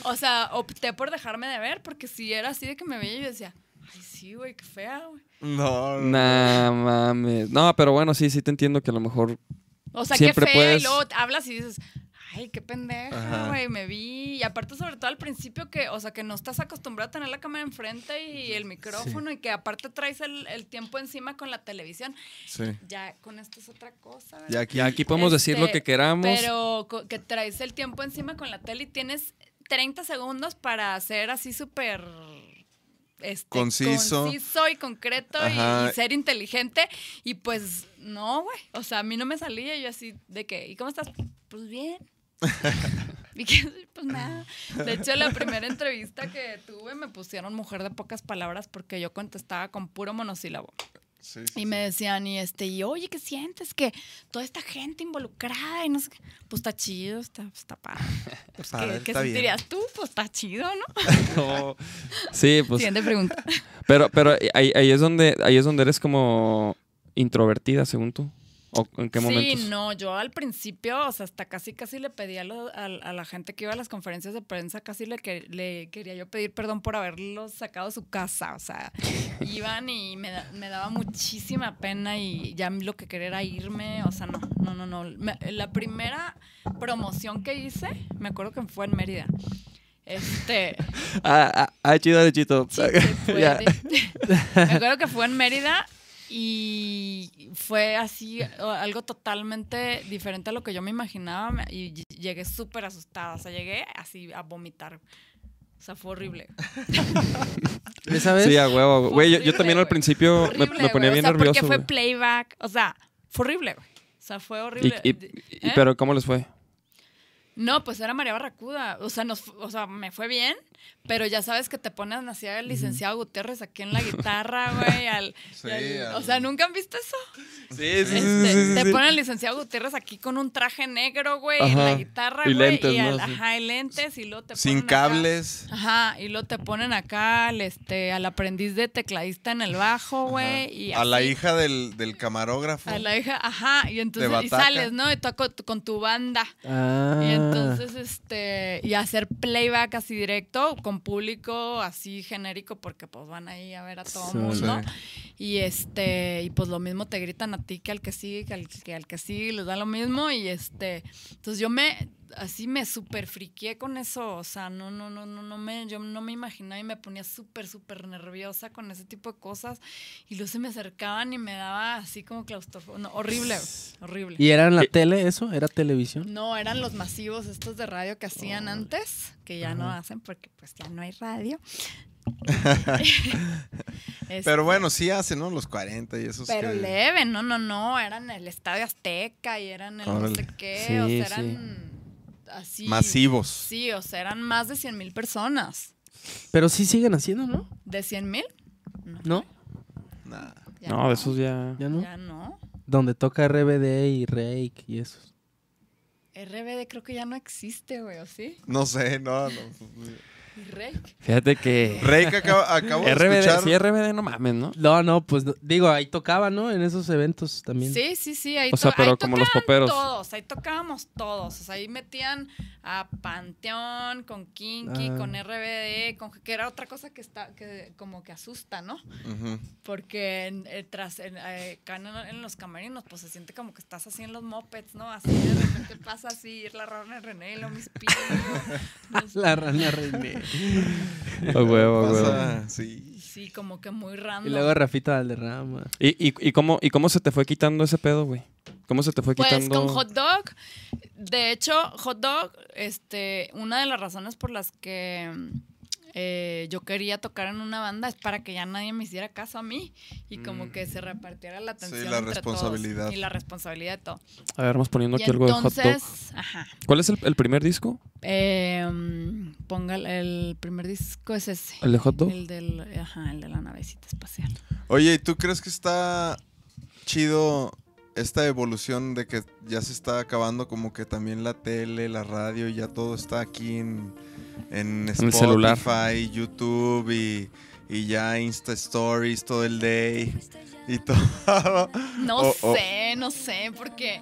o sea, opté por dejarme de ver porque si era así de que me veía y yo decía, ay, sí, güey, qué fea, güey.
No, no.
Nah, mames. No, pero bueno, sí, sí te entiendo que a lo mejor...
O sea,
Siempre
qué fea.
puedes-
Y luego te hablas y dices, ay, qué pendeja,
Ajá.
güey, me vi. Y aparte, sobre todo al principio, que, o sea, que no estás acostumbrado a tener la cámara enfrente y el micrófono y que aparte traes el, el tiempo encima con la televisión.
Sí.
Ya, con esto es otra cosa, ¿verdad?
Ya aquí,
Ya aquí podemos decir lo
Este,
que queramos.
Pero co- que traes el tiempo encima con la tele y tienes 30 segundos para hacer así súper... este,
Conciso.
conciso y concreto y-
Ajá.
y, ser inteligente. Y pues, no, güey. O sea, a mí no me salía. Yo así, ¿de qué? ¿Y cómo estás? Pues bien. y que, pues nada. De hecho, la primera entrevista que tuve me pusieron mujer de pocas palabras porque yo contestaba con puro monosílabo.
Sí, sí,
Y
sí.
me decían, y este, y oye, ¿qué sientes? Que toda esta gente involucrada y no sé qué. Pues está chido, está, está padre. Pues,
padre,
¿Qué, qué
está bien.
sentirías tú? Pues está chido, ¿no?
No. Sí, pues.
Siguiente pregunta.
Pero, pero eh, ahí, ahí es donde, ahí es donde eres como introvertida, según tú. ¿O en qué momentos?
Sí, no, yo al principio, o sea, hasta casi casi le pedí a, lo- a- a la gente que iba a las conferencias de prensa, casi le, que- le quería yo pedir perdón por haberlos sacado de su casa, o sea, iban y me, da- me daba muchísima pena y ya lo que quería era irme, o sea, no, no, no, no. Me- la primera promoción que hice, me acuerdo que fue en Mérida. Este,
Ah, ah, ah, chido de chito.
Sí, se puede.
Ya.
Me acuerdo que fue en Mérida y fue así o- algo totalmente diferente a lo que yo me imaginaba me- y ll- llegué súper asustada, o sea, llegué así a vomitar. O sea, fue horrible.
Esa vez,
Sí, a huevo. güey. Güey, yo, yo
Horrible,
también al
güey.
principio me,
Horrible,
me ponía
güey,
bien
o sea,
nervioso.
Porque fue
güey.
playback, o sea, fue horrible, güey. O sea, fue
Y-
horrible.
y- y-
¿Eh?
Pero, ¿cómo les fue?
No, pues era María Barracuda. O sea, nos, fu- o sea, me fue bien, pero ya sabes que te ponen así al licenciado Gutiérrez aquí en la guitarra, güey. Al,
Sí,
y al- O
al-
sea, ¿nunca han visto eso?
Sí, sí,
Este, te ponen al licenciado Gutiérrez aquí con un traje negro, güey, y la
Ajá.
guitarra,
Y
güey.
lentes,
y
¿no?
al-
Así.
Ajá, y lentes, y luego te
Sin
ponen acá-
cables.
Ajá, y luego te ponen acá al, este, al aprendiz de tecladista en el bajo, güey. y
A la
así.
hija del, del camarógrafo.
A la hija, ajá, y entonces y
bataca.
sales, ¿no? Y tú aco- con tu banda.
Ah.
Y entonces, este, y hacer playback así directo, con público así genérico, porque pues van ahí a ver a todo
Sí.
mundo. Y este, y pues lo mismo te gritan a ti que al que sigue, que al que, al que sigue, les da lo mismo. Y este, entonces yo me, así me super friqué con eso. O sea, no, no, no, no, no me, yo no me imaginaba y me ponía súper, súper nerviosa con ese tipo de cosas. Y luego se me acercaban y me daba así como claustrofobia. No, horrible, horrible.
¿Y era en la tele eso? ¿Era televisión?
No, eran los masivos estos de radio que hacían antes, que ya no
Ajá.
hacen porque pues ya no hay radio. Este,
Pero bueno, sí hace, ¿no? Los 40 y
pues,
esos.
Pero
que-
leve, no, no, no, eran el Estadio Azteca y eran el no sé
Órale.
qué,
Sí,
o sea,
sí.
eran así.
Masivos.
Sí, o sea, eran más de 100 mil personas.
Pero sí siguen haciendo, ¿no?
¿De 100 mil?
¿No?
Nah.
ya
No, de esos ya.
¿Ya no?
Ya no.
Donde toca RBD y Rake y esos.
RBD creo que ya no existe, güey, ¿o sí?
No sé, no. no.
¿Y Rake?
Fíjate que.
Rey que acabo, acabo de
RBD,
escuchar.
sí, RBD, no mames, ¿no?
No, no, pues no- digo, ahí tocaba, ¿no? En esos eventos también.
Sí, sí, sí. Ahí
O sea,
to- ahí
pero como los
tocaban
poperos.
Todos, ahí tocábamos todos. O sea, ahí metían a Panteón, con Kinky,
Ah.
con RBD, con, que era otra cosa que está que como que asusta, ¿no?
Ujú.
Porque en- eh, tras en, eh, acá en, en los camerinos, pues se siente como que estás así en los mopeds, ¿no? Así de repente pasa así, la rana René y lo mis pies.
La rana René.
A huevo, a Oh, huevo.
Pasa, sí.
Sí, como que muy random.
y luego Rafita Valderrama.
¿Y, y, y, cómo, ¿Y cómo se te fue quitando ese pedo, güey? ¿Cómo se te fue
Pues
quitando?
con hot dog. De hecho, hot dog, este, una de las razones por las que eh, yo quería tocar en una banda es para que ya nadie me hiciera caso a mí y como que
Mm.
se repartiera la atención.
la
entre todos,
responsabilidad.
y la responsabilidad de todo.
A ver, vamos poniendo
y
aquí algo de hot dog.
entonces, ajá.
¿Cuál es el, el primer disco?
eh, ponga el, el primer disco es ese.
¿El de hot dog?
El del, ajá, el de la navecita espacial.
Oye, ¿y tú crees que está chido esta evolución de que ya se está acabando como que también la tele, la radio, ya todo está aquí en, en Spotify,
el celular.
YouTube y, y ya Insta Stories todo el day y todo?
No
O- o-
sé, no sé, porque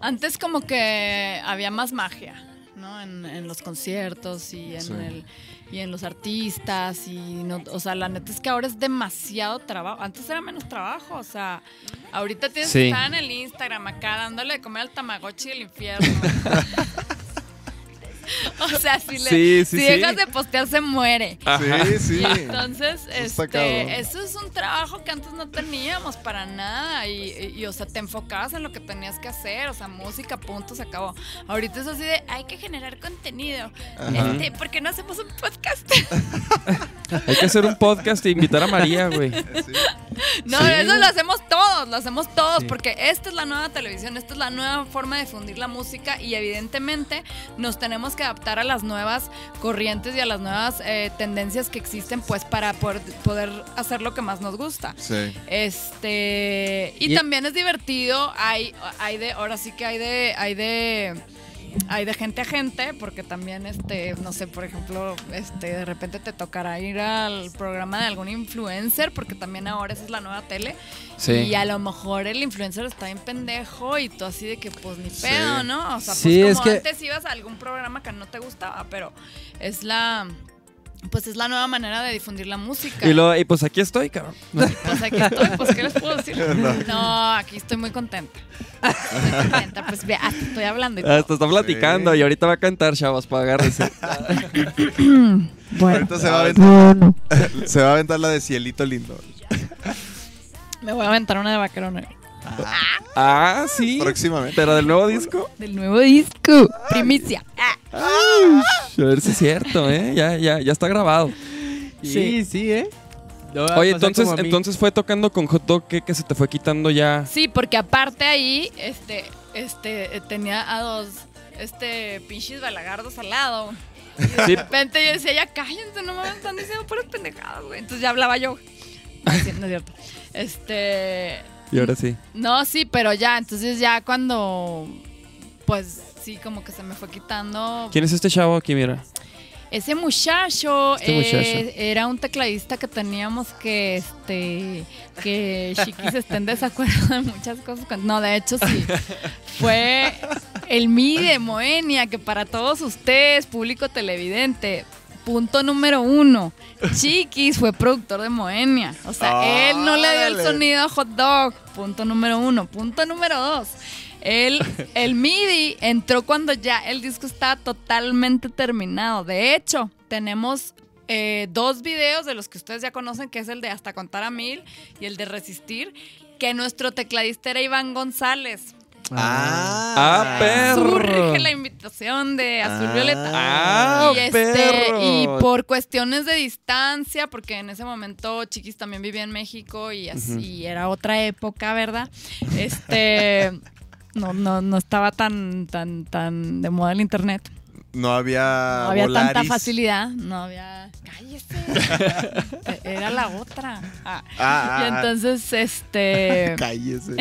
antes como que había más magia, ¿no? En, en los conciertos y en
Sí.
el y en los artistas y no, o sea, la neta es que ahora es demasiado trabajo. Antes era menos trabajo, o sea, ahorita tienes
Sí.
que estar en el Instagram acá dándole de comer al tamagotchi del infierno. o sea, si le
Sí, sí,
si
sí.
dejas de postear se muere.
sí, sí.
Y entonces,
está cabrón.
este, eso es un trabajo que antes no teníamos para nada. Y, y, o sea, te enfocabas en lo que tenías que hacer. O sea, música, punto, se acabó. Ahorita es así de, hay que generar contenido.
Ajá.
Este, ¿Por qué no hacemos un podcast?
Hay que hacer un podcast e invitar a María, güey.
Sí.
No,
Sí.
eso lo hacemos todos, lo hacemos todos,
Sí.
porque esta es la nueva televisión, esta es la nueva forma de fundir la música y evidentemente nos tenemos que adaptar adaptar a las nuevas corrientes y a las nuevas eh, tendencias que existen, pues para por- poder hacer lo que más nos gusta.
Sí.
Este. Y,
Y-
también es divertido. Hay, hay de. Ahora sí que hay de. Hay de. Hay de gente a gente, porque también, este, no sé, por ejemplo, este, de repente te tocará ir al programa de algún influencer, porque también ahora esa es la nueva tele.
Sí.
Y a lo mejor el influencer está bien pendejo y tú así de que, pues ni
Sí.
pedo, ¿no? O sea, pues
Sí,
como
es que-
antes ibas a algún programa que no te gustaba, pero es la. Pues es la nueva manera de difundir la música.
Y, luego, y pues aquí estoy, cabrón.
Pues aquí estoy, pues ¿qué les puedo decir? No, aquí estoy muy contenta. Estoy contenta, pues vea, hasta estoy hablando y
Ah,
todo.
Hasta Ah, está platicando y ahorita va a cantar, chavas, para agárrese.
Bueno,
Ahorita se va, a aventar,
bueno.
se va a aventar la de Cielito Lindo.
Me voy a aventar una de Vaquero Negro.
ah, sí.
Próximamente.
Pero del nuevo disco.
Del nuevo disco, primicia. Ah,
A ver si es cierto, ¿eh? Ya, ya, ya está grabado.
Sí, sí, ¿eh? Lo voy a
Oye,
pasar
entonces,
como a mí.
entonces fue tocando con Hot Dog que, que se te fue quitando ya.
Sí, porque aparte ahí, este, este, eh, tenía a dos, este, pinches balagardos al lado.
Sí,
De repente yo decía, ya cállense, no me están diciendo puras pendejadas, güey. Entonces ya hablaba yo. No es cier- no es cierto. Este,
y ahora sí.
No, sí, pero ya, entonces ya cuando, pues sí, como que se me fue quitando.
¿Quién es este chavo aquí, mira?
Ese muchacho, eh,
Este muchacho.
era un tecladista que teníamos que, este, que Chiquis está en desacuerdo de muchas cosas. con- No, de hecho sí, fue el Mi de Moenia, que para todos ustedes, público televidente... Punto número uno, Chiquis fue productor de Moenia. O sea, él no le dio el
Órale.
sonido a hot dog. Punto número uno. Punto número dos. El, el MIDI entró cuando ya el disco estaba totalmente terminado. De hecho, tenemos eh, dos videos de los que ustedes ya conocen, que es el de Hasta Contar a Mil y el de Resistir, que nuestro tecladista era Iván González.
Ah, perro.
Surge la invitación de Azul
Ah.
Violeta.
Ah,
y, este,
perro.
y por cuestiones de distancia, porque en ese momento Chiquis también vivía en México y así era otra época, ¿verdad? Este no, no, no estaba tan, tan, tan de moda el internet.
No había.
No había tanta
Ah, Volaris.
facilidad. No había. ¡Cállese! E-, era la otra. Ah,
Ah, ah,
y entonces, este.
ah, Cállese.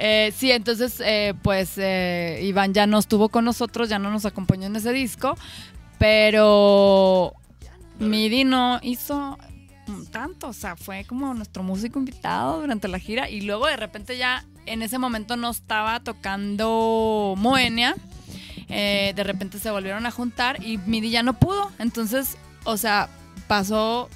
Eh, sí, entonces, eh, pues eh, Iván ya no estuvo con nosotros, ya no nos acompañó en ese disco, pero Midi no hizo mm, tanto, o sea, fue como nuestro músico invitado durante la gira y luego de repente ya en ese momento no estaba tocando Moenia, eh, de repente se volvieron a juntar y Midi ya no pudo, entonces, o sea, pasó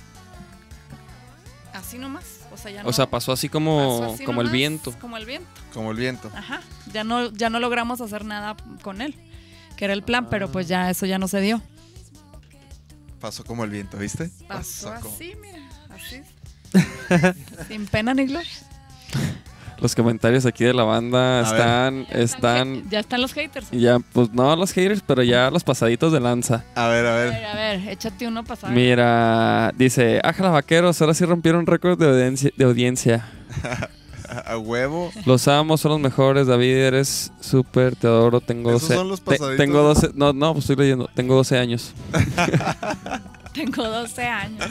así nomás, o sea, ya no.
O sea, pasó así como,
pasó así
como el
nomás,
viento.
Como el viento.
Como el viento.
Ajá, ya no, ya no logramos hacer nada con él, que era el plan, pero pues ya eso ya no se dio.
Pasó como el viento, ¿viste?
Pasó
como-
así, mira, así. Sin pena ni gloria.
Los comentarios aquí de la banda
A
están, están,
Ya están los haters.
y ya, pues no los haters, pero ya los pasaditos de lanza.
A ver, a
A
ver.
ver, a ver, échate uno pasado.
Mira, dice, ajala vaqueros, ahora sí rompieron récord de audiencia, de audiencia.
A, a huevo.
Los amo, son los mejores, David, eres súper, te adoro, tengo
Esos
12.
son los
te-
pasaditos.
tengo 12, no, no, pues estoy leyendo, tengo 12 años.
Tengo 12 años.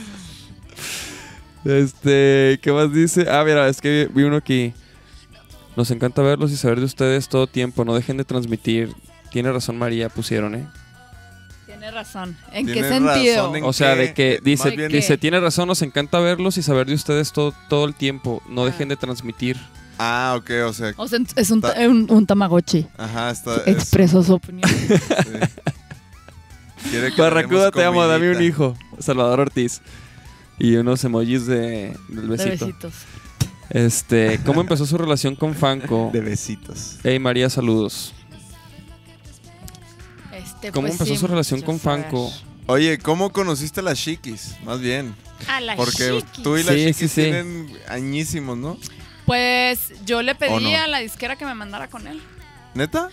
Este, ¿qué más dice? Ah, mira, es que vi uno aquí. Nos encanta verlos y saber de ustedes todo tiempo, no dejen de transmitir. Tiene razón María, pusieron, ¿eh?
Tiene razón. ¿En qué
Tienes
sentido?
razón en
O sea, de que dice,
más bien-
dice, tiene razón, nos encanta verlos y saber de ustedes todo, todo el tiempo. No
Ah.
dejen de transmitir.
Ah, ok, o sea.
O sea, es un, ta- un, un tamagotchi.
Ajá, está. es-
Expresó su opinión.
sí. Quiere que
Barracuda,
tenemos
te amo, dame un
comidita.
hijo. Salvador Ortiz. Y unos emojis de, del
De
besito.
besitos.
Este, ¿cómo empezó su relación con Franco?
De besitos.
Hey María, saludos.
Este,
¿Cómo
Eh, pues,
empezó
sí,
su relación con
muchachos, a
Franco?
ver.
Oye, ¿cómo conociste a las chiquis? Más bien.
A la
Porque
chiquis.
tú y las
Sí,
chiquis
sí, sí.
tienen añísimos, ¿no?
Pues yo le pedí
¿O no?
a la disquera que me mandara con él.
¿Neta?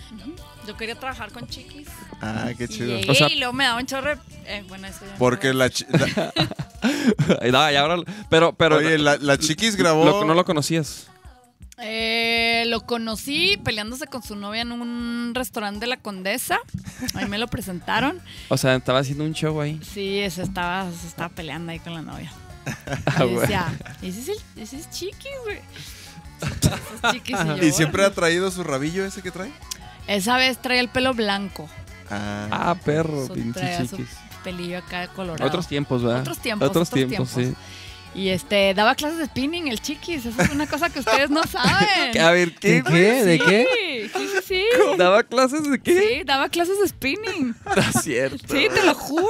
Yo quería trabajar con chiquis.
Ah, qué
Y
chido.
llegué
O sea-
y luego me daba un chorro. de- eh, bueno, eso ya no
Porque
lo-
la, chi- la-
Ay, da, y ahora- pero, pero
oye, la, la chiquis grabó
lo- no lo conocías.
Eh, lo conocí peleándose con su novia en un restaurante de la Condesa. Ahí me lo presentaron.
O sea, estaba haciendo un show ahí.
Sí, se estaba, se estaba peleando ahí con la novia.
Ah,
y
güey.
decía, ese es, el, ese es Chiquis, güey. Ese es Chiquis
Ah,
y yo,
¿Y siempre
bueno.
ha traído su rabillo ese que trae?
Esa vez traía el pelo blanco.
Ah,
Ah, perro,
Su-
pinche
traía su
chiquis.
pelillo acá de colorado.
Otros tiempos, ¿verdad?
Otros tiempos,
Otros
otros
tiempos, sí.
tiempos. Y este, daba clases de spinning, el chiquis. Esa es una cosa que ustedes no saben.
A ver, ¿qué?
¿De qué? ¿De qué?
Sí, sí, sí, sí.
¿Daba clases de qué?
Sí, daba clases de spinning.
Está cierto.
Sí, te lo juro.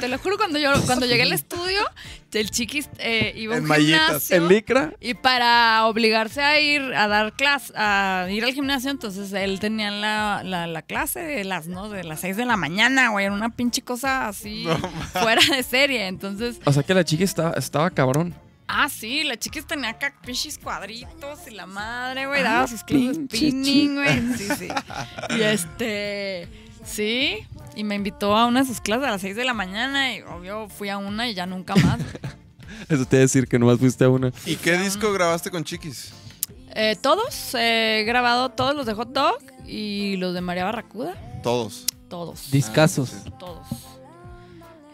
Te lo juro. Cuando yo cuando llegué al estudio, el chiquis eh, iba a un
En mallitas.
gimnasio.
¿En licra?
Y para obligarse a ir a dar clase, a ir al gimnasio, entonces él tenía la, la, la clase de las, ¿no? De las 6 de la mañana, güey. Era una pinche cosa así fuera de serie. Entonces,
O sea que la chiquis estaba, estaba cabrón.
ah, sí, la chiquis tenía acá pinches cuadritos y la madre, güey, daba
Ah,
sus clases de
pinche
spinning, güey. Sí, sí. Y este, sí, y me invitó a una de sus clases a las 6 de la mañana y obvio fui a una y ya nunca más.
Eso te iba a decir que nomás fuiste a una.
¿Y qué disco grabaste con Chiquis?
Eh, todos, eh, he grabado todos los de Hot Dog y los de María Barracuda.
Todos.
Todos.
Discasos.
Ah,
todos.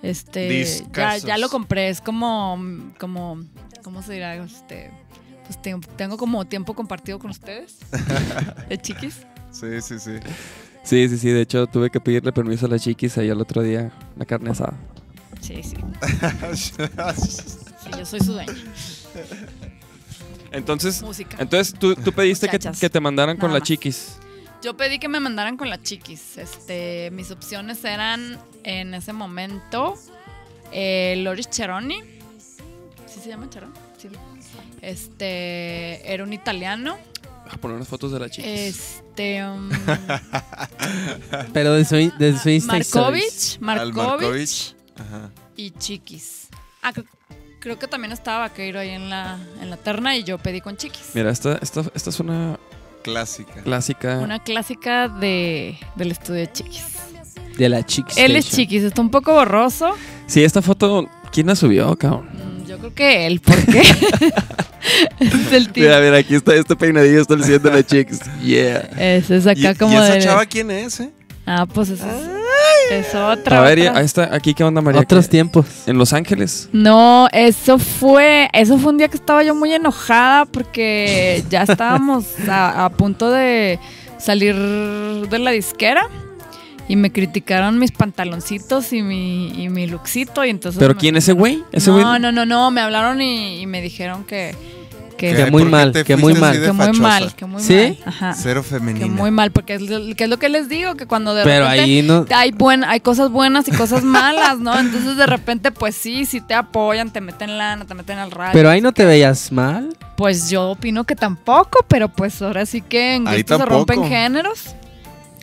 Este. Ya,
Discazos.
ya lo compré. Es como. como. ¿Cómo se dirá? Este. Pues tengo, tengo como tiempo compartido con ustedes. De chiquis.
Sí, sí, sí.
Sí, sí, sí. De hecho, tuve que pedirle permiso a la chiquis ahí el otro día, la carne asada.
Sí, sí.
sí.
Sí, yo soy su dueña.
Entonces,
Música.
entonces tú, tú pediste que,
Muchachas.
que te mandaran con
Nada
la
más.
chiquis.
Yo pedí que me mandaran con la chiquis. Este, mis opciones eran en ese momento eh, Loris Cheroni. ¿Sí se llama Cheroni? Sí. Este, era un italiano.
Voy a poner unas fotos de la chiquis.
Este, um,
Pero de su, de su Insta Stories.
Markovich,
Al
Markovich
Markovich. Ajá.
y Chiquis. Ah, cre- creo que también estaba Vaqueiro ahí en la, en la terna y yo pedí con Chiquis.
Mira, esta, esta, esta es una
Clásica.
clásica.
Una clásica de, del estudio de Chiquis.
De la chiquis.
Él es Chiquis, está un poco borroso.
Sí, esta foto, ¿quién la subió, cabrón?
Mm, Yo creo que él, porque es el tío.
Mira, mira, aquí está este peinadillo, está el siguiente de la chiquis. Yeah.
Ese es
¿Y,
acá
y
como
esa
de.
chava quién es, eh?
Ah, pues eso es, es otra.
A ver, y-
otra.
ahí está, aquí qué onda, María.
Otros
¿Qué-
tiempos.
En Los Ángeles.
No, eso fue, eso fue un día que estaba yo muy enojada porque ya estábamos a, a punto de salir de la disquera y me criticaron mis pantaloncitos y mi, y mi lookcito y entonces...
¿Pero
me-
quién ese güey? Ese güey.
No, no, no, no, me hablaron y, y me dijeron que... Que,
Que muy
¿Por qué
mal,
te
que
fuiste
muy
así de
mal.
que muy
fachosa?
mal, que muy
¿Sí?
mal. Ajá.
Cero femenina.
Que muy mal, porque es, lo- que es lo que les digo, que cuando de
Pero
repente
ahí no.
hay, buen, hay cosas buenas y cosas malas, ¿no? Entonces de repente, pues sí, sí te apoyan, te meten lana, te meten al radio.
Pero ahí no te veías mal.
Pues yo opino que tampoco, pero pues ahora sí que en
Ahí
gusto se rompen
tampoco.
géneros.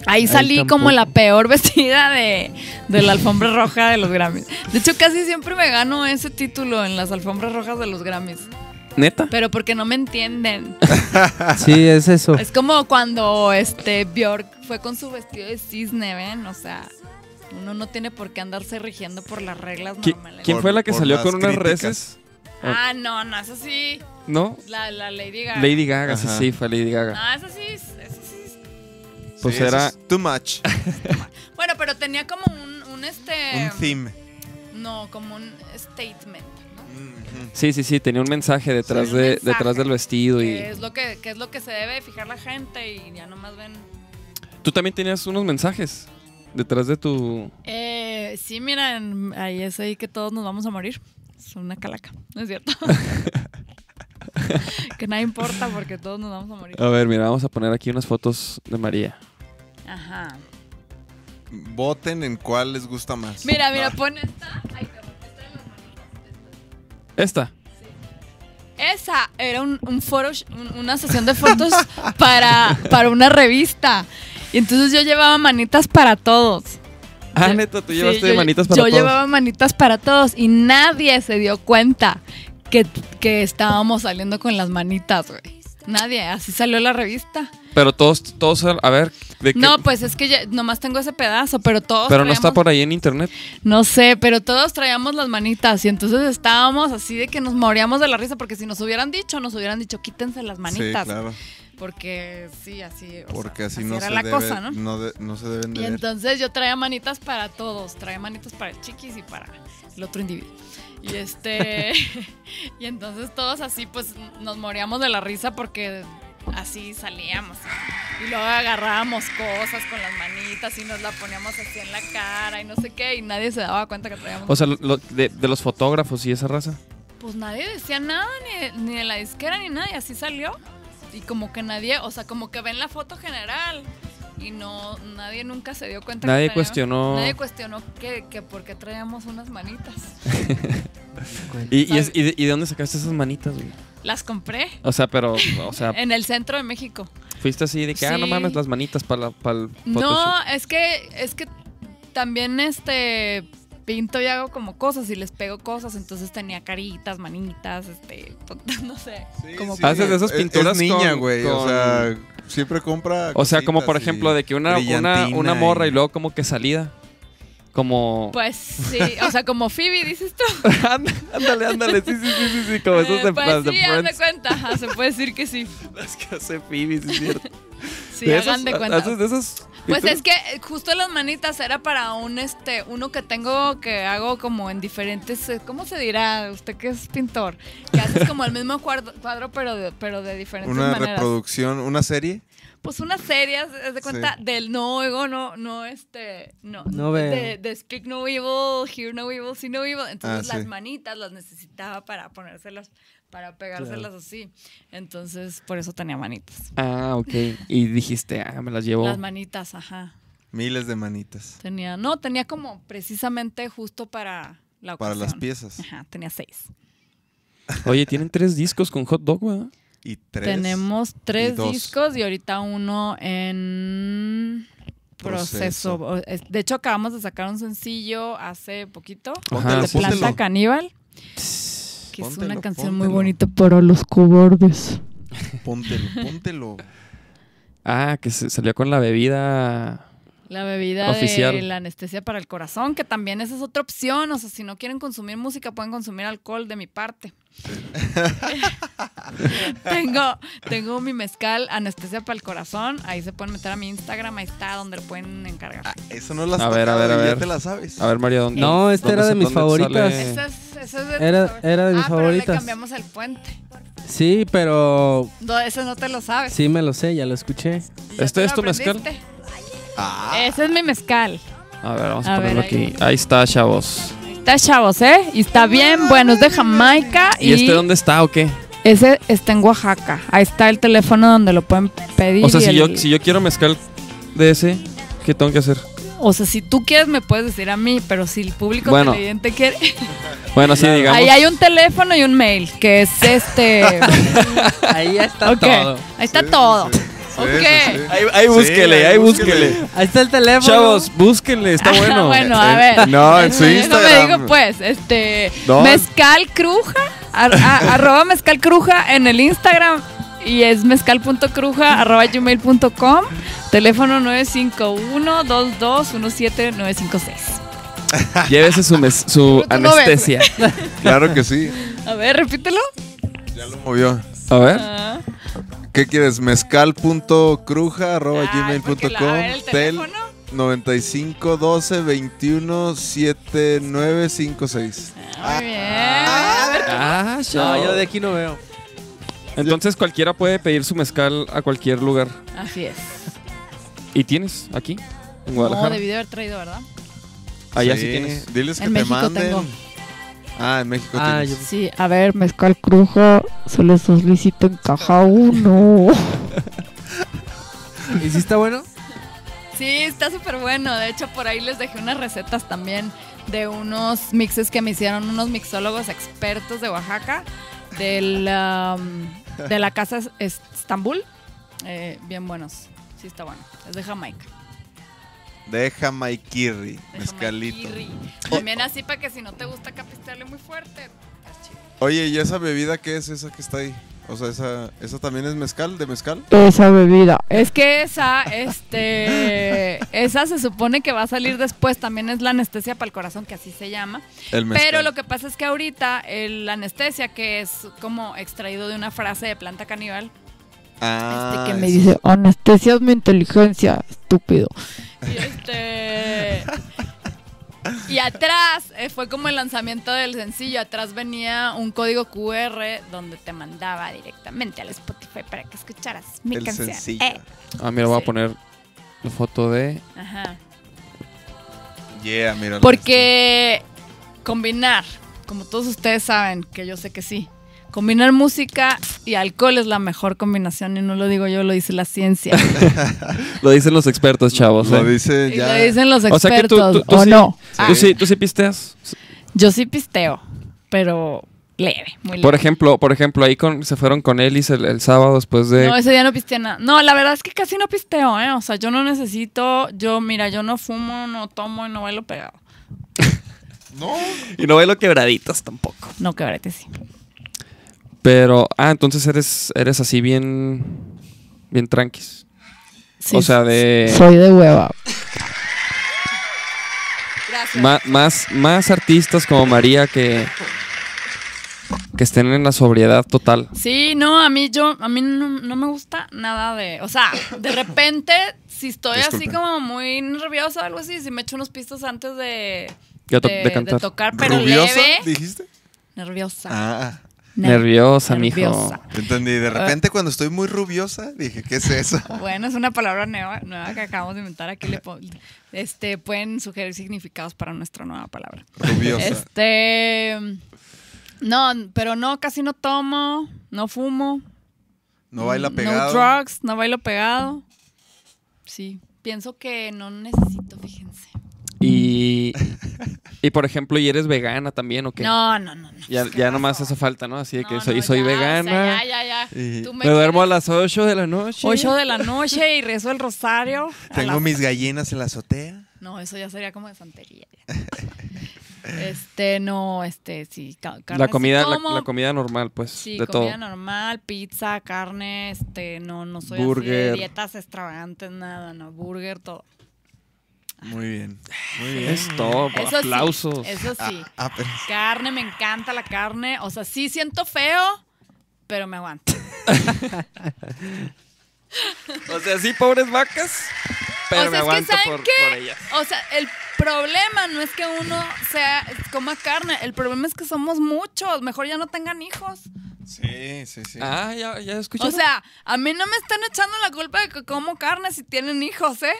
Ahí
Ahí
salí como
tampoco.
la peor vestida de, de la alfombra roja de los Grammys. De hecho, casi siempre me gano ese título en las alfombras rojas de los Grammys.
Neta.
Pero porque no me entienden.
Sí, es eso.
Es como cuando este Bjork fue con su vestido de cisne, ¿ven? O sea, uno no tiene por qué andarse rigiendo por las reglas
¿Qui-
normales.
¿Quién
Por-
fue la que
por
salió
las
con unas
críticas.
reses?
Ah, no, no, eso sí.
¿No?
La, la Lady Gaga.
Lady Gaga, sí,
Ajá.
sí, fue Lady Gaga.
No, eso sí, eso sí.
Pues
eso
era-
es too much.
Bueno, pero tenía como un, un este.
Un theme.
no, como un statement. ¿no?
Mhm.
Sí, sí, sí, tenía un mensaje detrás,
Sí, un
de,
mensaje.
detrás del vestido.
Que
y
es, lo que, que es lo que se debe de fijar la gente y ya nomás ven.
Tú también tenías unos mensajes detrás de tu...
Eh, sí, mira, en- ahí es ahí que todos nos vamos a morir. Es una calaca, ¿no es cierto? que nada importa porque todos nos vamos a morir.
A ver, mira, vamos a poner aquí unas fotos de María.
Ajá.
Voten en cuál les gusta más.
Mira, mira,
No.
pon esta. Ay, cabrón, esta de las manitas.
Esta.
Esa era un, un foro, un- una sesión de fotos para, para una revista. Y entonces yo llevaba manitas para todos.
Ah,
Yo-
neta, tú
Sí,
llevaste
yo-
manitas para
Yo
todos.
llevaba manitas para todos y nadie se dio cuenta que, que estábamos saliendo con las manitas, güey. Nadie, así salió la revista.
Pero todos, todos, a ver, de que-
No, pues es que ya- nomás tengo ese pedazo, pero todos.
pero no está
traíamos-
por ahí en internet.
No sé, pero todos traíamos las manitas y entonces estábamos así de que nos moríamos de la risa porque si nos hubieran dicho, nos hubieran dicho quítense las
Sí,
manitas.
claro.
Porque sí, así. o
Porque
sea,
así no
era
se
la
debe,
cosa, ¿no?
no de- no se deben de
Y
ver.
entonces yo traía manitas para todos, traía manitas para el chiquis y para el otro individuo. Y este y entonces todos así pues nos moríamos de la risa porque así salíamos. Y luego agarrábamos cosas con las manitas y nos la poníamos así en la cara y no sé qué y nadie se daba cuenta que traíamos.
O sea, lo- lo- de, de los fotógrafos y esa raza.
pues nadie decía nada ni, ni de la disquera ni nadie, así salió. Y como que nadie, o sea, como que ven la foto general y no nadie nunca se dio cuenta
Nadie
que traíamos-
cuestionó.
Nadie cuestionó que, que por qué traíamos unas manitas.
¿Y, y es- y de, y de dónde sacaste esas manitas, güey?
Las compré
O sea, pero, o sea,
en el centro de México.
fuiste así de que, ah, no
Sí.
mames, las manitas para el Photoshop.
No, es que es que también este pinto y hago como cosas y les pego cosas, entonces tenía caritas, manitas, este, no sé. como
sí. Haces de esas
Es-
pinturas
Es niña,
con-
güey. O
con-
sea, siempre compra.
O sea, como
cositas
por
y
ejemplo, de que una, una,
brillantina
una morra y luego como que salida. Como.
Pues sí, o sea, como Phoebe, dices tú.
ándale, ándale. Sí, sí, sí, sí, sí. Como esas de,
pues
las de
sí, haz de
Friends,
cuenta, ajá, se puede decir que sí.
Las que hace Phoebe, sí, es cierto.
Sí,
De
hagan
esas-
de cuenta.
haces de esas
Pues
pinturas.
es que eh, justo las manitas era para un este uno que tengo que hago como en diferentes eh, ¿cómo se dirá? Usted que es pintor, que haces como el mismo cuadro, cuadro pero de, pero de diferentes
Una
maneras.
reproducción, una serie.
Pues una serie, haz- haz de cuenta
Sí.
del no oigo, no no este no,
No veo.
de, de speak no evil, hear no evil, see no evil, entonces
Ah,
las
sí.
manitas las necesitaba para ponérselas para pegárselas así. Entonces, por eso tenía manitas.
Ah, ok. Y dijiste, ah, me las llevo.
Las manitas, ajá.
Miles de manitas.
Tenía, no, tenía como precisamente justo para la
Para
ocasión.
las piezas.
Ajá, tenía seis.
Oye, tienen tres discos con hot dog, ¿verdad?
Y tres.
Tenemos tres
dos.
discos y ahorita uno en proceso.
Proceso.
O- es- De hecho, acabamos de sacar un sencillo hace poquito.
Ajá,
de
póntelo.
Planta Caníbal. Que es
Póntelo,
una canción muy
póntelo.
bonita.
Para los cobardes.
Póntelo, póntelo.
Ah, que se salió con la bebida.
La bebida de
Oficial.
la anestesia para el corazón, que también esa es otra opción. O sea, si no quieren consumir música, pueden consumir alcohol de mi parte. tengo, tengo mi mezcal anestesia para el corazón. Ahí se pueden meter a mi Instagram, ahí está donde lo pueden encargar.
Ah, Eso no la has
A ver, a
tocado
ver, a
y
ver.
Ya te la sabes.
A ver, María, ¿dónde?
No, esta
dónde
era de
se- dónde
mis favoritas.
sale?
eh.
Esa es- esa es de tus
Era-
favor-
era de mis
ah, Pero
favoritas.
le cambiamos el puente.
Sí, pero
No, eso no te lo sabes.
sí me lo sé, ya lo escuché.
Y ya
¿Este
te
es
lo
tu mezcal?
aprendiste.
Ah,
Ese es mi mezcal.
A ver, vamos a,
A ver,
ponerlo
ahí.
aquí. Ahí está, chavos.
Está chavos, ¿eh? Y está bien, bueno, es de Jamaica.
¿Y, este dónde está o qué?
Ese está en Oaxaca. Ahí está el teléfono donde lo pueden pedir.
O sea,
y
si yo,
el-
si yo quiero mezcal de ese, ¿qué tengo que hacer?
o sea, si tú quieres, me puedes decir a mí, pero si el público
Bueno,
televidente quiere.
Bueno, sí, digamos.
Ahí hay un teléfono y un mail, que es este.
Ahí está
Ok, Ahí está
sí, sí,
todo.
sí. Sí,
Ok.
sí, sí.
Ahí, ahí búsquele,
Sí,
ahí búsquele.
Ahí está el teléfono.
Chavos, búsquenle, está bueno.
Ah, bueno, a ver.
No, Ah, en su
Eh, No me
Instagram.
digo, pues, este.
No.
Mezcal Cruja. ar- a- arroba Mezcal Cruja en el Instagram. Y es mezcal.cruja arroba gmail.com. Teléfono 951 2217956
Llévese su, mes- su
Tú no ves,
anestesia.
Claro que sí.
A ver, repítelo.
Ya lo movió.
A ver.
Ah.
¿Qué quieres?
Ay, Ah, porque la- a ver,
Mezcal.cruja.gmail.com
el
Tel
teléfono.
95 12 21 79 56.
Muy bien.
Ah,
No, yo
chavos.
de aquí no veo.
Entonces cualquiera puede pedir su mezcal a cualquier lugar.
Así es.
¿Y tienes aquí? En
No,
Guadalajara.
debí de haber traído, ¿verdad?
Allá Ah, sí tienes.
Diles que
En
te
México
manden.
tengo.
Ah, en México
Ah,
tienes.
Sí,
A ver, mezcal cruja, se les solicita en caja uno.
¿Y si está bueno?
Sí, está súper bueno. De hecho, por ahí les dejé unas recetas también de unos mixes que me hicieron unos mixólogos expertos de Oaxaca, del, am, de la casa Es- Estambul. Eh, bien buenos. Sí, está bueno. Es de Jamaica.
De Jamaikirri.
de
Mezcalito.
Jamaiquirri. También así para que si no te gusta capistearle muy fuerte. está chido.
Oye, ¿y esa bebida qué es esa que está ahí? O sea, esa, esa también es mezcal, de mezcal.
Esa bebida.
Es que esa, este, esa se supone que va a salir después, también es la anestesia para el corazón, que así se llama.
El mezcal.
Pero lo que pasa es que ahorita el- la anestesia, que es como extraído de una frase de planta caníbal,
Ah,
que Este, me
eso.
dice, anestesias mi inteligencia, estúpido.
y este... Y atrás eh, fue como el lanzamiento del sencillo. Atrás venía un código QR donde te mandaba directamente al Spotify para que escucharas mi
El
canción.
sencillo.
Eh,
Ah, mira, voy a
Sí.
poner la foto de.
ajá.
Yeah, mira.
Porque combinar, como todos ustedes saben, que yo sé que sí, combinar música y alcohol es la mejor combinación y no lo digo yo, lo dice la ciencia.
Lo dicen los expertos, chavos.
Lo
¿eh?
dice
y lo
ya.
dicen los
O sea que tú-
expertos,
tú- tú
¿o
sí-
no? Ah,
¿Tú, sí, ¿Tú sí pisteas?
Yo sí pisteo, pero leve, muy leve.
Por ejemplo, por ejemplo, ahí con, se fueron con Ellis el, el sábado después de.
No, ese día no pisteé nada. No, la verdad es que casi no pisteo, ¿eh? O sea, yo no necesito, yo, mira, yo no fumo, no tomo y no bailo pegado.
No.
Y no bailo quebraditas tampoco.
No, quebrate, sí.
Pero, ah, entonces eres, eres así bien. Bien tranquis.
Sí,
o sea, de.
Soy de hueva.
gracias.
ma- más, más artistas como María que. Que estén en la sobriedad total.
Sí, no, a mí yo, a mí no, no me gusta nada de, o sea, de repente si estoy así
Disculpen.
como muy nerviosa o algo así, si me echo unos pistos antes de,
Ya to-
de-
de cantar.
de tocar, pero
¿Rubiosa?
leve,
¿Dijiste?
nerviosa,
Ah,
ner-
Nerviosa, mijo.
nerviosa.
entendí.
Ah.
De repente cuando estoy muy rubiosa, dije, ¿qué es eso?
Bueno, es una palabra nueva, nueva que acabamos de inventar. Aquí le pon- este, pueden sugerir significados para nuestra nueva palabra.
Rubiosa.
Este, no, pero no, casi no tomo, no fumo,
No baila
No
pegado.
drugs, no bailo pegado. Sí, pienso que no necesito, fíjense.
Y. Y por ejemplo, ¿y eres vegana también o qué?
No, no, no. no
Ya,
pues, ¿qué
ya
pasó?
nomás hace falta, ¿no? Así de que
No,
soy,
no,
soy
ya, o sea,
vegana.
ya, ya, ya.
Y
Tú
Me duermo a
quieres
las 8 de la noche.
8 de la noche y rezo el rosario. a
tengo
las-
mis gallinas en la azotea.
No, eso ya sería como de santería. ya. Este, no, este, sí. ca- carne
La
sí
comida, la,
como.
la comida normal, pues,
Sí,
de todo.
comida normal, pizza, carne, este, no, no soy así de
Burger.
dietas extravagantes, nada, no, burger, todo.
Muy bien. Muy bien.
Es todo,
Eso sí,
aplausos.
eso sí.
Ah, pero-
Carne, me encanta la carne. O sea, sí siento feo, pero me aguanto.
O sea, sí, pobres vacas, pero me
O sea, es que
aguanto
¿saben
por,
qué?
por ellas.
O sea, el problema no es que uno sea coma carne, el problema es que somos muchos. Mejor ya no tengan hijos.
Sí, sí, sí.
Ah, ya, ya escuché.
O sea, a mí Pues no me están echando la culpa de que como carne si tienen hijos, ¿eh?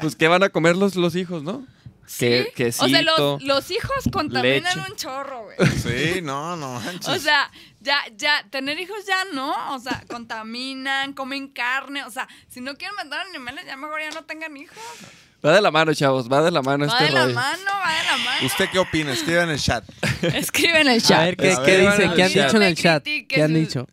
pues, ¿qué van a comer los, los hijos, no? Que, quesito.
O sea, los, los hijos contaminan
leche.
un chorro, güey.
Sí, no, no manches.
O sea, ya, ya, tener hijos ya no. O sea, contaminan, comen carne. O sea, si no quieren matar animales, ya mejor ya no tengan hijos.
Va de la mano, chavos, va de la mano
va
este
de la
rollo.
mano, va de la mano.
¿Usted qué opina? Escriba en el chat.
Escribe en el
A ver, ¿qué,
A
qué
ver,
dice?
van a
¿Qué
anunciar.
han dicho en el
Me
chat?
critiques.
¿Qué han dicho?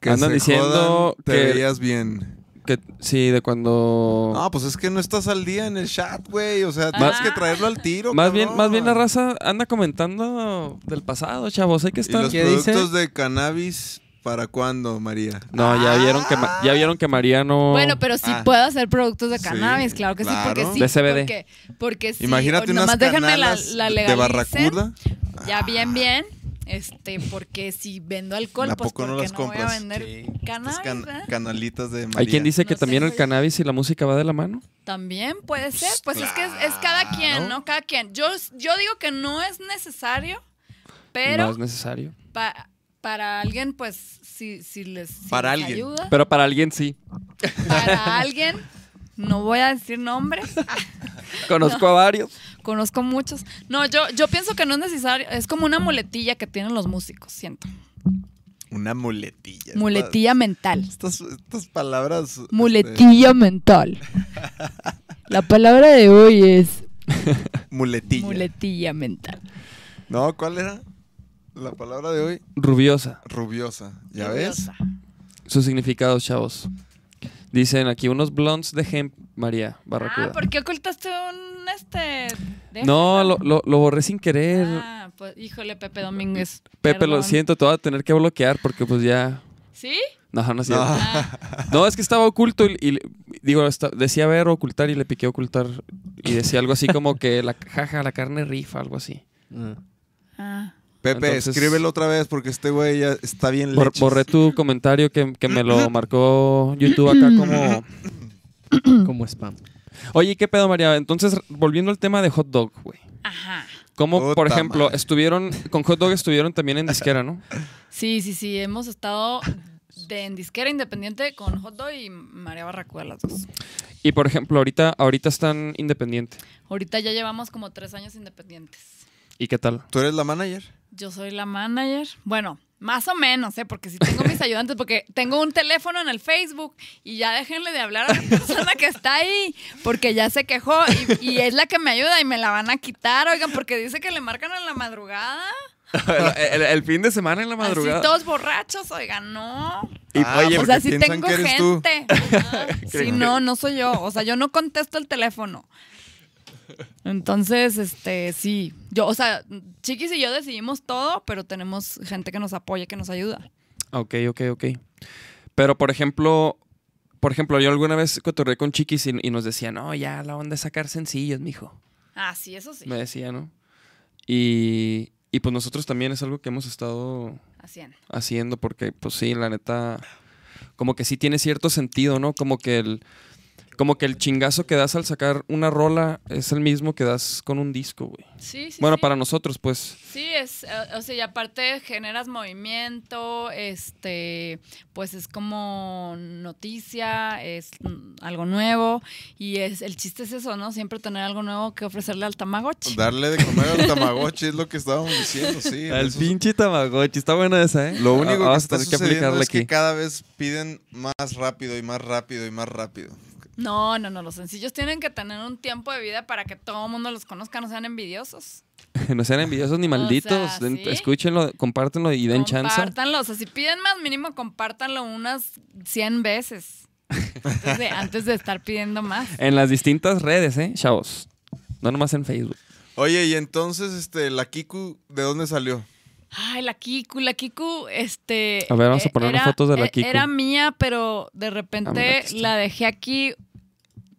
Que
Andan
se
diciendo
jodan, te
que- Oh.
veías bien.
Que, sí, de cuando...
No, pues es que no estás al día en el chat, güey. O sea,
Más-
tienes que traerlo al tiro.
más, bien,
cabrón.
más bien la raza anda comentando del pasado, chavos. Hay que
¿Y
estar...
los
¿Qué
productos de cannabis para cuándo, María?
No, ya vieron que Ma- ya vieron que María no...
Bueno, pero sí
Ah.
puedo hacer productos de
Sí,
cannabis, claro que sí, porque
claro.
sí.
De CBD.
Porque, porque sí.
Imagínate
o-
unas
nomás déjenme la,
canalas
la
de
legalicen,
barracuda.
Ya bien, bien. Este, porque si vendo alcohol,
¿A
pues
poco
porque
no
no,
las
voy a
compras?
vender
Estas
cannabis,
can-
¿verdad?
canalitas de María.
Hay quien dice
No
que
sé,
también el
güey.
cannabis y la música va de la mano.
También puede ser, pues
Pues,
es que es, es cada quien,
claro.
¿no? Cada quien. Yo, yo digo que no es necesario,
no
pero
es necesario.
pa- para alguien, pues, si, si les, si
Para
les
alguien.
ayuda,
Pero para alguien sí.
para alguien, no voy a decir nombres,
Conozco a varios.
conozco muchos. No, yo, yo pienso que no es necesario, es como una muletilla que tienen los músicos, siento.
Una muletilla.
Muletilla mental.
Estas, estas palabras. este,
Muletilla mental. La palabra de hoy es
muletilla.
Muletilla mental.
no, ¿cuál era? La palabra de hoy.
Rubiosa.
Rubiosa. ¿Ya
Curiosa.
Sus significados, chavos. Dicen aquí unos blondes de hemp, María
Ah,
Barracuda.
¿por qué ocultaste un este?
no, lo, lo- lo borré sin querer.
Ah, pues, híjole, Pepe Domínguez.
Pepe, lo
perdón.
siento, te voy a tener que bloquear porque pues ya...
¿Sí?
No, no es cierto.
Ah,
No, es que estaba oculto y, y le- digo, esta- decía ver ocultar y le piqué ocultar y decía algo así como que la jaja, la carne rifa, algo así.
Ah.
Ah.
Pepe,
Entonces-
escríbelo otra vez porque este güey ya está bien
Bor-
leches.
borré tu comentario que, que me lo marcó YouTube acá como...
Ah, Como spam.
Oye, ¿qué pedo, María? Entonces, volviendo al tema de hot dog, güey.
ajá.
Como, por
Puta
ejemplo,
madre.
estuvieron, con hot dog estuvieron también en disquera, ¿no?
Sí, sí, sí, hemos estado de en disquera independiente con Hot Dog y María Barracuda las dos.
Y, por ejemplo, ahorita, ahorita están independiente.
Ahorita ya llevamos como tres años independientes.
¿Y qué tal?
¿Tú eres la manager?
Yo soy la manager. Bueno, más o menos, ¿eh? Porque si tengo mis ayudantes, porque tengo un teléfono en el Facebook y ya déjenle de hablar a la persona que está ahí, porque ya se quejó y, y es la que me ayuda y me la van a quitar, oigan, porque dice que le marcan en la madrugada.
el, el- el fin de semana en la madrugada.
Así todos borrachos, oigan, no.
Y,
Ah,
oye,
O
porque
sea, si
piensan
tengo
que eres tú.
gente. Ajá. Sí, no, no soy yo. O sea, yo no contesto el teléfono. Entonces, este, sí. Yo, o sea, Chiquis y yo decidimos todo, pero tenemos gente que nos apoya, que nos ayuda.
Ok, ok, ok. Pero, por ejemplo, por ejemplo, yo alguna vez cotorreé con Chiquis y, y nos decía, no, ya la onda es sacar sencillos, mijo.
Ah, sí, eso sí.
Me decía, ¿no? Y, y pues nosotros también es algo que hemos estado
Hacían.
haciendo porque, pues sí, la neta, como que sí tiene cierto sentido, ¿no? Como que el, como que el chingazo que das al sacar una rola es el mismo que das con un disco, güey.
Sí, sí.
bueno,
sí.
para nosotros, pues.
Sí, es, eh, o sea, y aparte generas movimiento, este, pues es como noticia, es mm, algo nuevo y es el chiste es eso, ¿no? Siempre tener algo nuevo que ofrecerle al Tamagotchi.
Darle de comer al tamagotchi es lo que estábamos diciendo, sí.
El
eso-
pinche Tamagotchi, está buena esa, ¿eh?
Lo único que
Vamos a
está
tener que
sucediendo
aplicarla
es que
aquí.
cada vez piden más rápido y más rápido y más rápido.
No, no, no. Los sencillos tienen que tener un tiempo de vida para que todo el mundo los conozca, no sean envidiosos.
No sean envidiosos ni
sea,
malditos. den-
sí.
Escúchenlo, compártenlo y den chance.
Compártanlo. O sea, si piden más mínimo, compártanlo unas 100 veces. Antes de, antes de estar pidiendo más.
En las distintas redes, ¿eh? Chavos. No nomás en Facebook.
Oye, y entonces, este, la Kiku, ¿de dónde salió?
Ay, la Kiku, la Kiku, este...
A ver, vamos a
eh,
poner unas
era-
fotos de la
eh,
Kiku.
Era mía, pero de
Ah, mira,
repente
aquí está.
la dejé aquí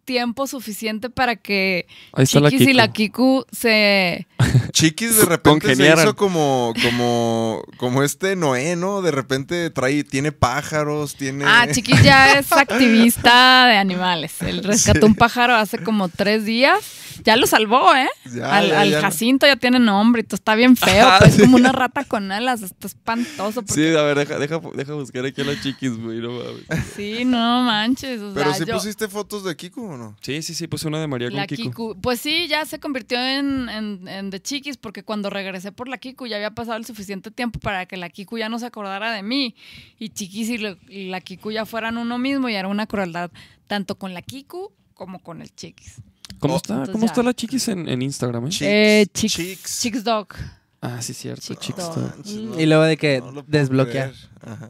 tiempo suficiente para que
Ahí está la
Chiquis y
Kiku.
la Kiku se...
Chiquis de repente se
Congeniaran.
hizo como, como, como este Noé, ¿no? De repente trae, tiene pájaros, tiene...
Ah, Chiquis ya es activista de animales. Él rescató
Sí.
un pájaro hace como tres días. Ya lo salvó, ¿eh?
Ya,
al,
Ah, ya,
al
ya.
Jacinto ya tiene nombre y todo está bien feo.
Ah,
pues,
sí.
Es como una rata con alas. Está espantoso. Porque,
a ver, deja, deja, deja buscar aquí a la chiquis, güey. No mames.
sí. no manches. O
Pero
sea,
si
yo-
pusiste fotos de Kiku o no?
Sí, sí, sí, puse una de María con
la
Kiku.
Kiku. Pues sí, ya se convirtió en, en, en de chiquis porque cuando regresé por la Kiku ya había pasado el suficiente tiempo para que la Kiku ya no se acordara de mí y chiquis y, lo- y la Kiku ya fueran uno mismo y era una crueldad tanto con la Kiku como con el chiquis.
¿Cómo
Oh,
está?
entonces
¿Cómo
ya.
está la chiquis en, en Instagram, eh?
Eh, chiquis.
Chicks.
Chiquis dog.
Ah, sí, cierto.
Chiquis.
chiquis
No.
todo.
Manches, no,
Y luego de que
no lo puedo
Eh, desbloquear.
creer. Ajá.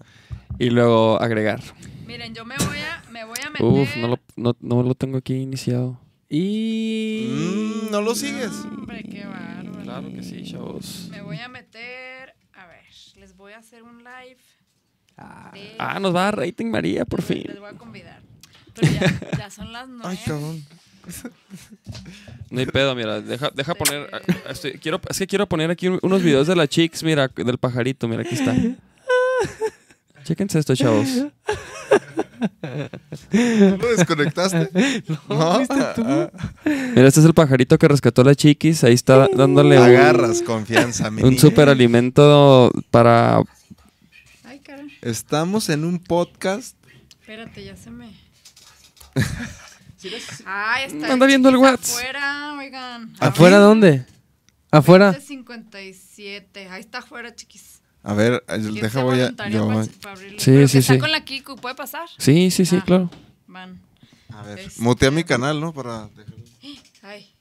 Y luego agregar.
Miren, yo me voy a, me voy a meter.
Uf, no lo, no, no lo tengo aquí iniciado.
Y.
Mm, ¿No lo sigues?
Hombre, qué bárbaro.
Claro que sí, chavos.
Me voy a meter. A ver, les voy a hacer un live. de-
Ah, nos va a dar rating María, por
Les
fin.
voy a convidar. Pero ya, ya son las nueve.
Ay, cabrón.
No hay pedo, mira, deja, deja poner. ah, ah, estoy- quiero, es que quiero poner aquí un- unos videos de la Chicks, mira, del pajarito, mira, aquí está. Chéquense esto, chavos.
¿Lo desconectaste? no. Ah,
Mira, este es el pajarito que rescató a la Chiquis, ahí está dándole un-
ah. Agarras confianza, mi
un,
niña.
superalimento para.
Ay, cara.
Estamos en un podcast.
Espérate, ya se me. Ay, está.
Anda viendo el
chiquis
Whats.
Afuera, oigan.
¿Afuera dónde? ¿Afuera?
57. Ahí está afuera, chiquis.
A ver, ay,
¿Quién
deja
se
voy a...
voluntaria
yo
para-
voy.
para abrirlo?
Sí,
Pero
sí,
que Está
sí.
con la Kiku, ¿puede pasar?
Sí, sí, sí,
Ah.
claro.
Van.
A ver,
Este-
mutea mi canal, ¿no? Para dejarlo.
Ay.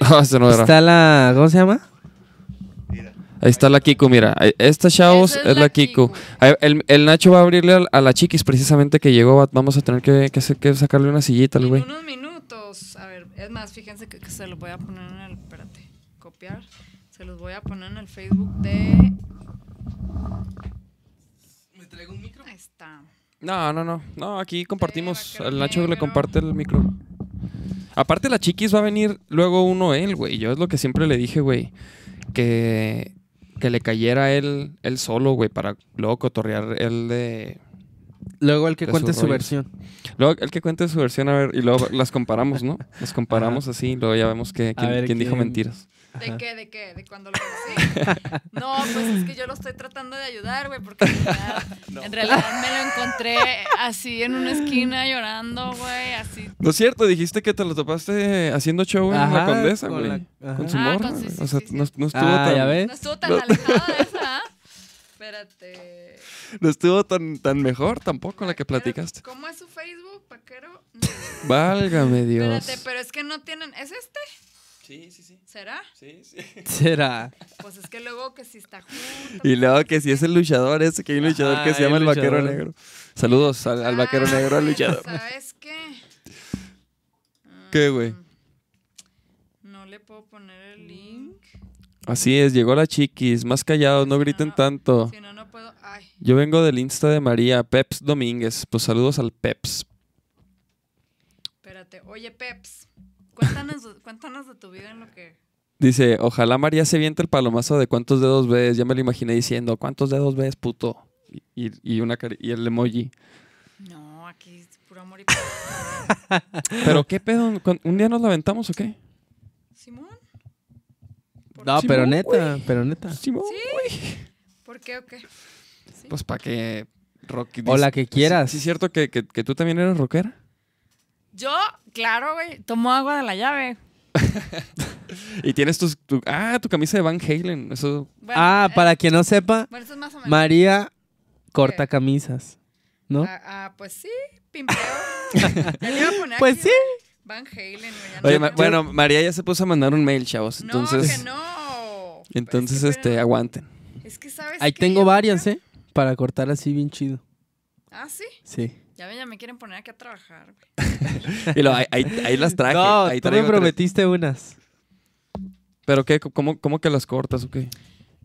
No, esto no era.
Está la. ¿Cómo se llama?
Ahí está la Kiku, mira. ahí- Esta, chavos,
Esa
es, la Kiku. Ahí- El, el Nacho va a abrirle al- a, la Chiquis precisamente que llegó. va- Vamos a tener que, que hacer- que sacarle una sillita al
En
güey.
unos minutos. A ver, es más, fíjense que, que se lo voy a poner en el. Espérate. Copiar. Se los voy a poner en el Facebook de.
¿Me traigo un micro?
Ahí está.
No, no, no. No, aquí compartimos.
vaquero
Al Nacho le
negro.
comparte el micro. Aparte, la chiquis va a venir luego uno él, güey. Yo es lo que siempre le dije, güey. Que, que le cayera él, él solo, güey, para luego cotorrear él de.
Luego el que
De
cuente
sus
su
rollos.
versión.
Luego él que cuente su versión, a ver, y luego las comparamos, ¿no? Las comparamos así, y luego ya vemos que,
A
quién,
ver
quién dijo
quién-
mentiras.
¿De qué? ¿De qué? ¿De cuando lo conocí? No, pues es que yo lo estoy tratando de ayudar, güey, porque en realidad, en realidad me lo encontré así en una esquina llorando, güey, así.
No es cierto, dijiste que te lo topaste haciendo show en la
Ajá,
condesa,
con
güey. Con,
la- ajá.
su
Ah,
morra.
con- sí,
güey.
sí,
o sea,
sí, sí.
no, no estuvo
Ah,
tan,
ya ves.
No estuvo tan alejada de esa. ¿ah? Espérate.
no estuvo tan, tan mejor tampoco la que
Vaquero-
platicaste.
¿Cómo es su Facebook, Paquero?
Válgame Dios.
Espérate, pero es que no tienen. ¿Es este?
Sí, sí, sí.
¿Será?
Sí, sí.
Será.
Pues es que luego que si está junto.
Y luego que si es el luchador ese, que hay un luchador que se
Ah, hay
llama el
un
vaquero
luchador.
negro. Saludos al, al vaquero
Ah,
negro, al
sí,
luchador.
¿Sabes qué? Mm,
¿Qué, güey? Mm.
No le puedo poner el link.
Así es, llegó la chiquis, más callados, no griten tanto.
Si no, no puedo. Ay.
Yo vengo del Insta de María, Peps Domínguez. Pues saludos al Peps.
Espérate, oye Peps, cuéntanos, cuéntanos de tu vida en lo que...
Dice, ojalá María se viente el palomazo de cuántos dedos ves. Ya me lo imaginé diciendo, ¿cuántos dedos ves, puto? Y, y- y una cari- y el emoji.
No, aquí es puro amor y paz.
¿Pero qué pedo? ¿Cu- ¿Un día nos la aventamos o qué?
¿Simón? ¿Por
No,
Sí,
pero
güey.
neta, pero
Ah.
neta.
Sí, mo-
¿Por qué o qué?
Pues para que... Rock,
O la que quieras.
¿Sí es cierto que, que- que tú también eres rockera?
Yo, claro, güey, tomo agua de la llave.
Y tienes tus, tu... Ah, tu camisa de Van Halen. Eso...
Bueno,
Ah,
eh,
para quien no sepa,
bueno, eso es más o menos...
María corta camisas. ¿No?
Ah, ah, pues sí, pimpeo. Ya le iba a poner
Pues
aquí,
sí.
güey, Van Halen, güey. ya no-
Oye, Ma- bueno, María ya se puso a mandar un mail, chavos.
No, Pues,
Entonces...
que no.
Entonces,
Es que,
este,
pero-
aguanten.
Es que sabes
Ahí
qué?
tengo
Yo-
varias, ¿eh? Para cortar así bien chido.
Ah, sí.
Sí.
Ya ven, ya me quieren poner aquí a trabajar, güey.
Y lo- ahí, ahí- ahí las traje.
No,
ahí
tú me
traigo tres.
prometiste unas.
¿Pero qué? ¿Cómo, cómo que las cortas o qué?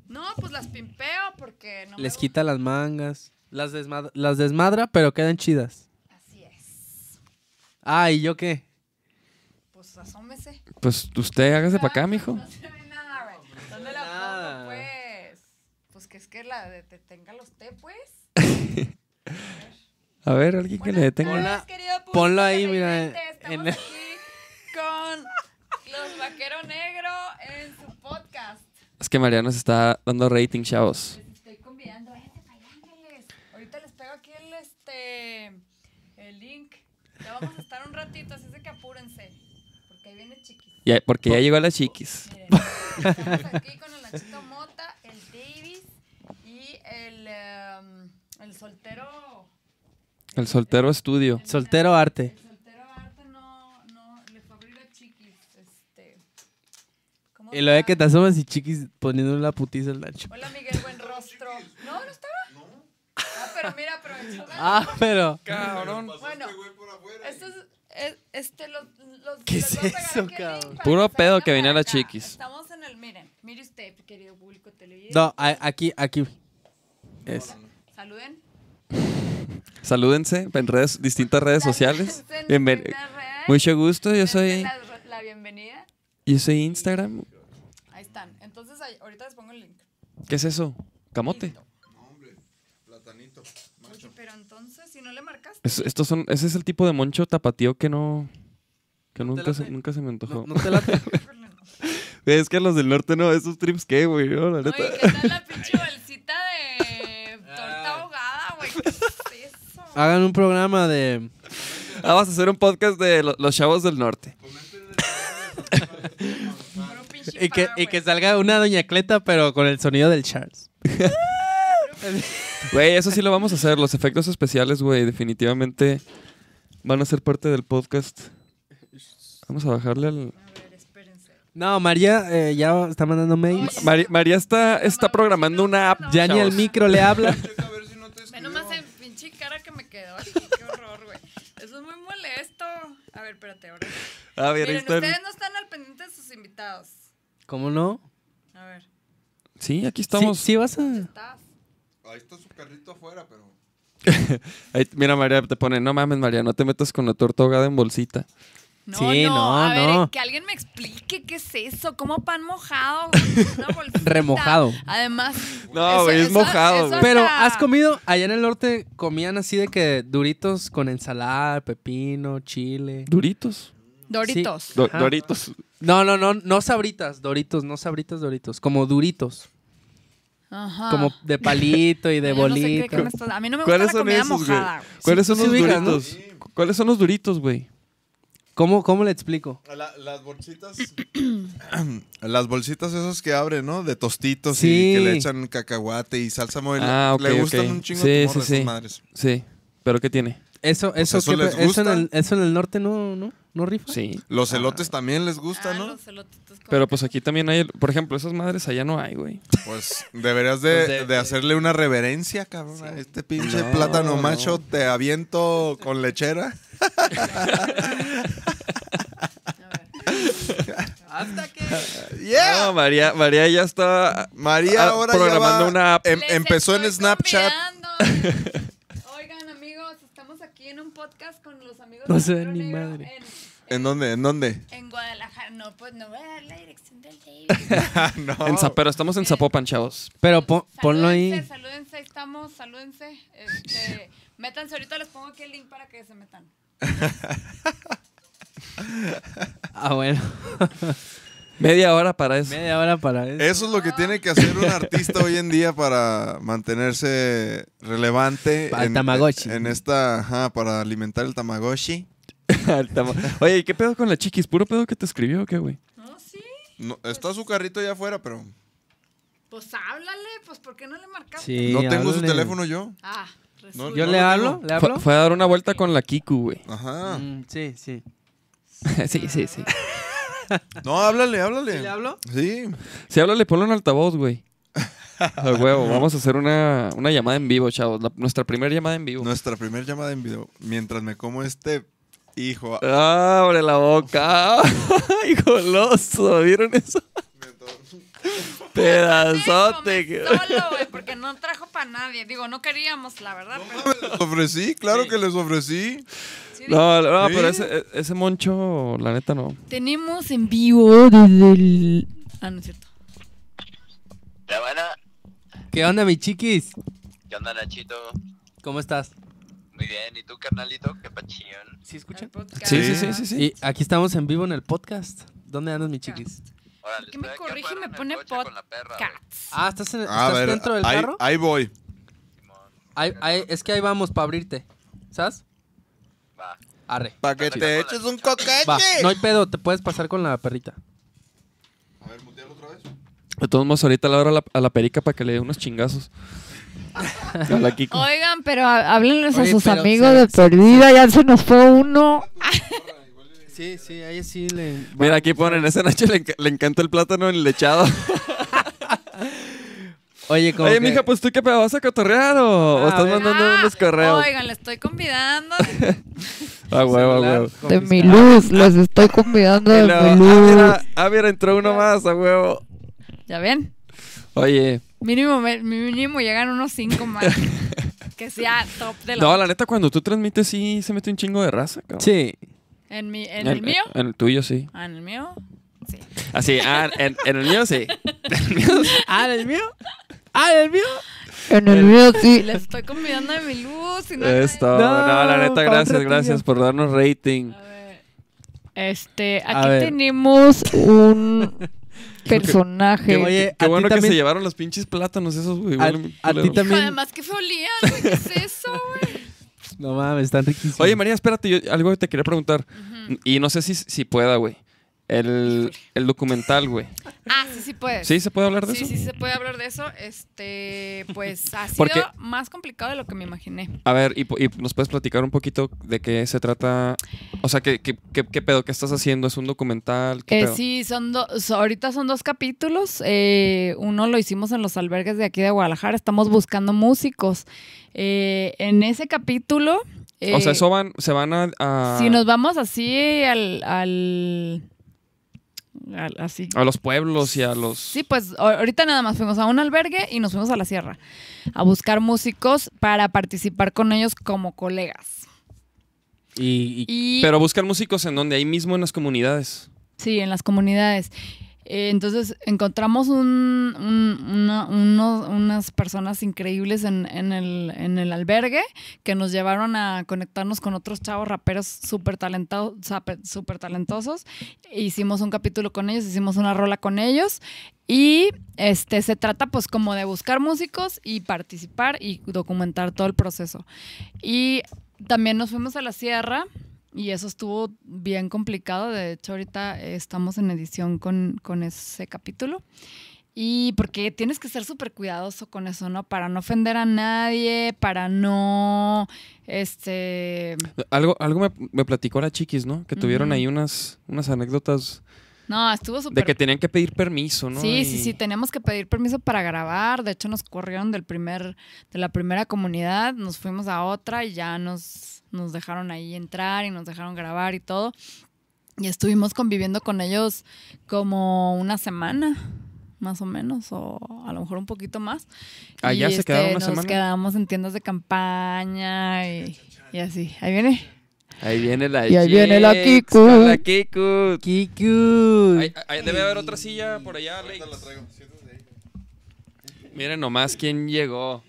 No, pues las pimpeo porque no me
Les
gusta.
quita las mangas. Las, desmad- las desmadra, pero quedan chidas.
Así es.
Ah, ¿y yo qué?
Pues asómese. Ah,
Pues usted hágase para acá, mijo.
No se ve nada, güey. ¿Dónde la pongo,
nada.
pues? Pues que es que la de te tenga los té, pues.
A ver, alguien que le detenga.
Ponla-
Buenas tardes, querido público
ponlo ahí, mira,
televidente. Estamos
en-
aquí con los Vaquero Negro en su podcast.
Es que Mariana se está dando rating, chavos.
Les estoy convidando. Váyanse para allá, ángeles. Ahorita les pego aquí el, este, el link. Ya vamos a estar un ratito, así es de que apúrense. Porque ahí viene Chiquis.
Ya- porque ya llegó a las chiquis.
Miren, Estamos aquí con el Nachito Mota, el Davis y el, em, el soltero.
El soltero estudio.
Soltero arte.
El soltero Arte no, no le fue a abrir a Chiquis. Este, ¿cómo
Y lo de
está?
que te asomas y chiquis poniendo la putiza al Nacho.
Hola Miguel Buenrostro. ¿No? ¿No estaba? No. Ah, pero mira, aprovechó.
Ah, pero.
Cabrón.
Bueno, estos, eh, este, los, los,
¿Qué
les
es
voy a pegar aquí
eso,
el link
cabrón?
para
Puro
se
pedo
vengan
que venía
para
la
acá.
chiquis.
Estamos en el, miren, mire usted, querido público televidente.
No, a- aquí, aquí. Es.
Saluden.
Salúdense en redes, distintas redes sociales.
Salúdense en
Bienven-
distintas redes.
Mucho gusto, yo
Dense
soy,
La, la bienvenida.
yo soy Instagram.
Ahí están. Entonces, ahí- ahorita les pongo el link.
¿Qué es eso? Camote.
Platanito.
Oye, pero entonces, si no le marcaste.
Es- estos son, ese es el tipo de moncho tapatío que no. Que
¿No te
nunca se,
late?
nunca se me
No,
antojó.
no te late.
híjole, no.
Es que los del norte no, esos trips qué, güey. No, la neta.
Oye, ¿qué tal la pinche bolsita de torta ahogada, güey? ¿Qué es eso?
Hagan un programa de.
Ah, vas a hacer un podcast de lo- los chavos del norte.
Puro pinche
Y que,
pan,
y
güey.
que salga una doña Cleta, pero con el sonido del Charles.
Güey, eso sí lo vamos a hacer. Los efectos especiales, güey, definitivamente van a ser parte del podcast. Vamos a bajarle al...
A ver, espérense.
No, María eh, ya está mandando mails.
Oye,
Mari- María está, está programando una app.
Ya ni al
chavos.
micro le habla.
Checa a ver si no te
Ve
escribió.
nomás en pinche cara que me quedó. ay, Qué horror, güey. Eso es muy molesto. A ver, espérate ahora.
A ver, ahí
Miren,
está el-
ustedes no están al pendiente de sus invitados.
¿Cómo no?
A ver.
Sí, aquí estamos.
Sí, sí vas a.
Ahí está su carrito afuera, pero.
Ahí, mira, María te pone, no mames, María, no te metas con la torta ahogada en bolsita.
No,
Sí, no,
a ver,
no.
que alguien me explique qué es eso, como pan mojado, una bolsita.
Remojado.
Además,
No, güey, es mojado, güey.
Pero
hasta-
has comido, allá en el norte comían así de que duritos con ensalada, pepino, chile.
Duritos.
Doritos.
Do-
Ajá.
Doritos.
No, no, no, no sabritas, doritos, no sabritas, doritos, como duritos,
Ajá.
como de palito y de
Yo Ah. no sé qué-
bolita.
qué me estás- A mí no me gusta la
¿Cuáles son
comida
esos, güey?
mojada. güey.
¿Cuáles son
sí
los
ubicas, ¿no?
duritos? ¿Cuáles son los duritos, güey?
¿Cómo, ¿Cómo le explico?
las bolsitas. las bolsitas esas que abren, ¿no? De tostitos
Sí.
y que le echan cacahuate y salsa
Pues,
móvil.
Ah, ok,
Le gustan
ok.
un chingo
Sí,
de
sí, sí.
madres.
Sí. ¿Pero qué tiene?
Eso, eso,
eso
qué pe-
les
eso en
gusta.
el, eso en el norte no, no, no
Pues,
rifa.
Sí.
Los elotes también les gusta,
Ah,
¿no?
los elotitos con-
Pero pues aquí también hay, por ejemplo, esas madres allá no hay, güey.
Pues deberías de, de hacerle una reverencia, cabrón. a Este pinche
No,
plátano
no.
macho te aviento con lechera. ¡Ah!
No, María, María ya está
María
ah,
ahora
programando
ya va-
una app.
em-
Les
empezó en
estoy
Snapchat.
convidando. Oigan, amigos, estamos aquí en un podcast con los amigos
No
de
sé
Negro
ni
Negro
madre.
En,
¿En dónde? ¿En dónde?
en Guadalajara. No, pues no voy a dar la dirección del David.
no.
en Za- pero estamos en Zapopan, chavos.
Pero pon- ponlo
Salúdense,
ahí.
Salúdense, ahí estamos, salúdense. Este, métanse, ahorita les pongo aquí el link para que se metan.
Ah, bueno.
Media hora para eso.
Media hora para eso.
Eso es lo que tiene que hacer un artista hoy en día para mantenerse relevante.
Para el
en-
Tamagotchi.
En esta, ajá, para alimentar el Tamagotchi.
Al tama- Oye, ¿y qué pedo con la chiquis? ¿Puro pedo que te escribió o qué, güey?
No, sí.
No, está su carrito allá afuera, pero
Pues háblale, pues ¿por qué no le marcamos?
Sí,
no tengo su
háblale.
teléfono yo.
Ah, resulta.
No,
¿Yo
no
le
lo
hablo?
tengo. Ah.
¿Le hablo?
Fue, fue a dar una vuelta con la Kiku, güey.
Ajá.
Mm, sí, sí.
sí, sí, sí.
No, háblale, háblale.
¿Sí le hablo?
Sí.
Si habla, le ponlo en altavoz, güey. A huevo, vamos a hacer una, una llamada en vivo, chavos. La- nuestra primera llamada en vivo.
Nuestra primera llamada en video. Mientras me como este hijo.
Ah, ¡Abre la boca! ¡Ay, goloso! ¿Vieron eso? ¡Pedazote!
Come
güey.
Solo, güey, porque no trajo para nadie. Digo, no queríamos, la verdad, pero
Les ofrecí, claro que les ofrecí.
sí.
No, no,
¿Sí?
pero ese, e, ese moncho, la neta, no.
Tenemos en vivo desde el... Ah, no es cierto.
La buena,
¿Qué onda, mi chiquis?
¿qué onda Nachito?
¿Cómo estás?
Muy bien, ¿y tú carnalito? Qué pachillón.
¿Sí
El
escuchan?
podcast.
Sí, sí, sí, sí. sí.
Y aquí estamos en vivo en el podcast. ¿Dónde andas, mi chiquis?
Órale,
Que me
estoy aquí
corrige y
afuera
me
en el
pone
coche
pod-
con la perra, güey.
Cats.
Ah, ¿estás, en-
A
estás
ver,
dentro del
ahí,
carro?
ahí voy.
Ahí- ahí- es que ahí vamos para abrirte. ¿Sabes?
Va.
Arre.
Para que te eches un cocache.
Va, no hay pedo, te puedes pasar con la perrita.
A ver, mutealo otra vez.
De todos modos, ahorita le abro a la, a la perica para que le dé unos chingazos. A la Kiku.
Oigan, pero...
Pero há- háblenles a
Oye,
sus
pero,
amigos
o sea,
de
De perdida, ya se nos fue uno.
Sí, sí, ahí sí le.
Mira, aquí ponen, ese Nacho le, enca- le encanta el plátano enlechado.
Oye, como
Oye,
que-
mija, pues tú qué pedo, ¿vas a cotorrear o, o
Ah,
estás
a ver.
mandando unos correos?
Oigan, le estoy convidando.
Ah, huevo,
celular
huevo.
confiscado.
De mi luz, los estoy convidando
Y
de
luego,
mi
ah,
luz.
mira, ah, mira, entró uno más, a huevo.
¿Ya ven?
Oye,
Mínimo, me- mínimo llegan unos cinco más. que sea top de la...
no, la neta, cuando tú transmites, sí se mete un chingo de raza, cabrón.
Sí.
¿En, mi, en el mío?
En el eh, tuyo, sí.
Ah, en el mío.
Así, ah, en, en el mío, sí. En el mío, sí.
Ah, ¿el mío? Ah, ¿el mío?
En el mío sí.
Les estoy convidando de mi luz. y no-
Esto, no,
No,
la neta,
pa' otro
gracias,
tío.
gracias por darnos rating.
A ver. Este,
A
aquí
ver.
tenemos un personaje.
Que oye,
Qué
a ti
bueno que
también-
se llevaron los pinches plátanos esos, güey.
A,
huelen
a ti
culero.
Hijo,
también.
Además, que feo olían, güey, ¿Qué es eso, güey?
No mames, están riquísimos.
Oye, María, espérate, yo algo que te quería preguntar. Y no sé si, si pueda, güey. El, el documental, güey.
Ah, sí, sí puedes.
¿Sí se puede hablar de
Sí,
eso?
sí se puede hablar de eso. Este, pues ha sido
Porque-
más complicado de lo que me imaginé.
A ver, y, po- y nos puedes platicar un poquito de qué se trata. O sea, ¿qué, qué, qué- qué pedo? ¿Qué estás haciendo? ¿Es un documental? ¿Qué
Eh,
pedo?
sí, son dos. Ahorita son dos capítulos. eh, uno lo hicimos en los albergues de aquí de Guadalajara. Estamos buscando músicos. Eh, en ese capítulo.
o sea, ah.
eh,
eso van, se van a. a-
Si nos vamos así al, al al- así.
A los pueblos y a los...
Sí, pues a- ahorita nada más fuimos a un albergue y nos fuimos a la sierra a buscar músicos para participar con ellos como colegas.
Y, y-
Y
Pero buscan músicos en donde, ahí mismo en las comunidades.
sí, en las comunidades. Eh, entonces encontramos un- un- una- uno- unas personas increíbles en, en el, en el albergue que nos llevaron a conectarnos con otros chavos raperos súper talentados, súper talentosos. Hicimos un capítulo con ellos, hicimos una rola con ellos y este se trata pues como de buscar músicos y participar y documentar todo el proceso. Y también nos fuimos a la sierra y eso estuvo bien complicado. De hecho, ahorita eh, estamos en edición con, con ese capítulo. Y porque tienes que ser súper cuidadoso con eso, ¿no? Para no ofender a nadie, para no, este,
Algo, algo me, me platicó la chiquis, ¿no? Que tuvieron
Ujú.
ahí unas, unas anécdotas
no, estuvo
de
súper
que tenían que pedir permiso, ¿no?
Sí,
Y-
sí, sí, teníamos que pedir permiso para grabar. De hecho, nos corrieron del primer, de la primera comunidad, nos fuimos a otra y ya nos, nos dejaron ahí entrar y nos dejaron grabar y todo. Y estuvimos conviviendo con ellos como una semana, más o menos, o a lo mejor un poquito más.
¿Allá
Y,
Ah,
este,
se quedaron una
nos
semana?
quedamos en tiendas de campaña y, y así. Ahí viene.
Ahí viene la
Y ahí viene la
Jix,
Kiku.
con La Kiku.
Kiku.
Ahí- ahí debe haber otra silla por allá, Alex. Miren nomás quién llegó.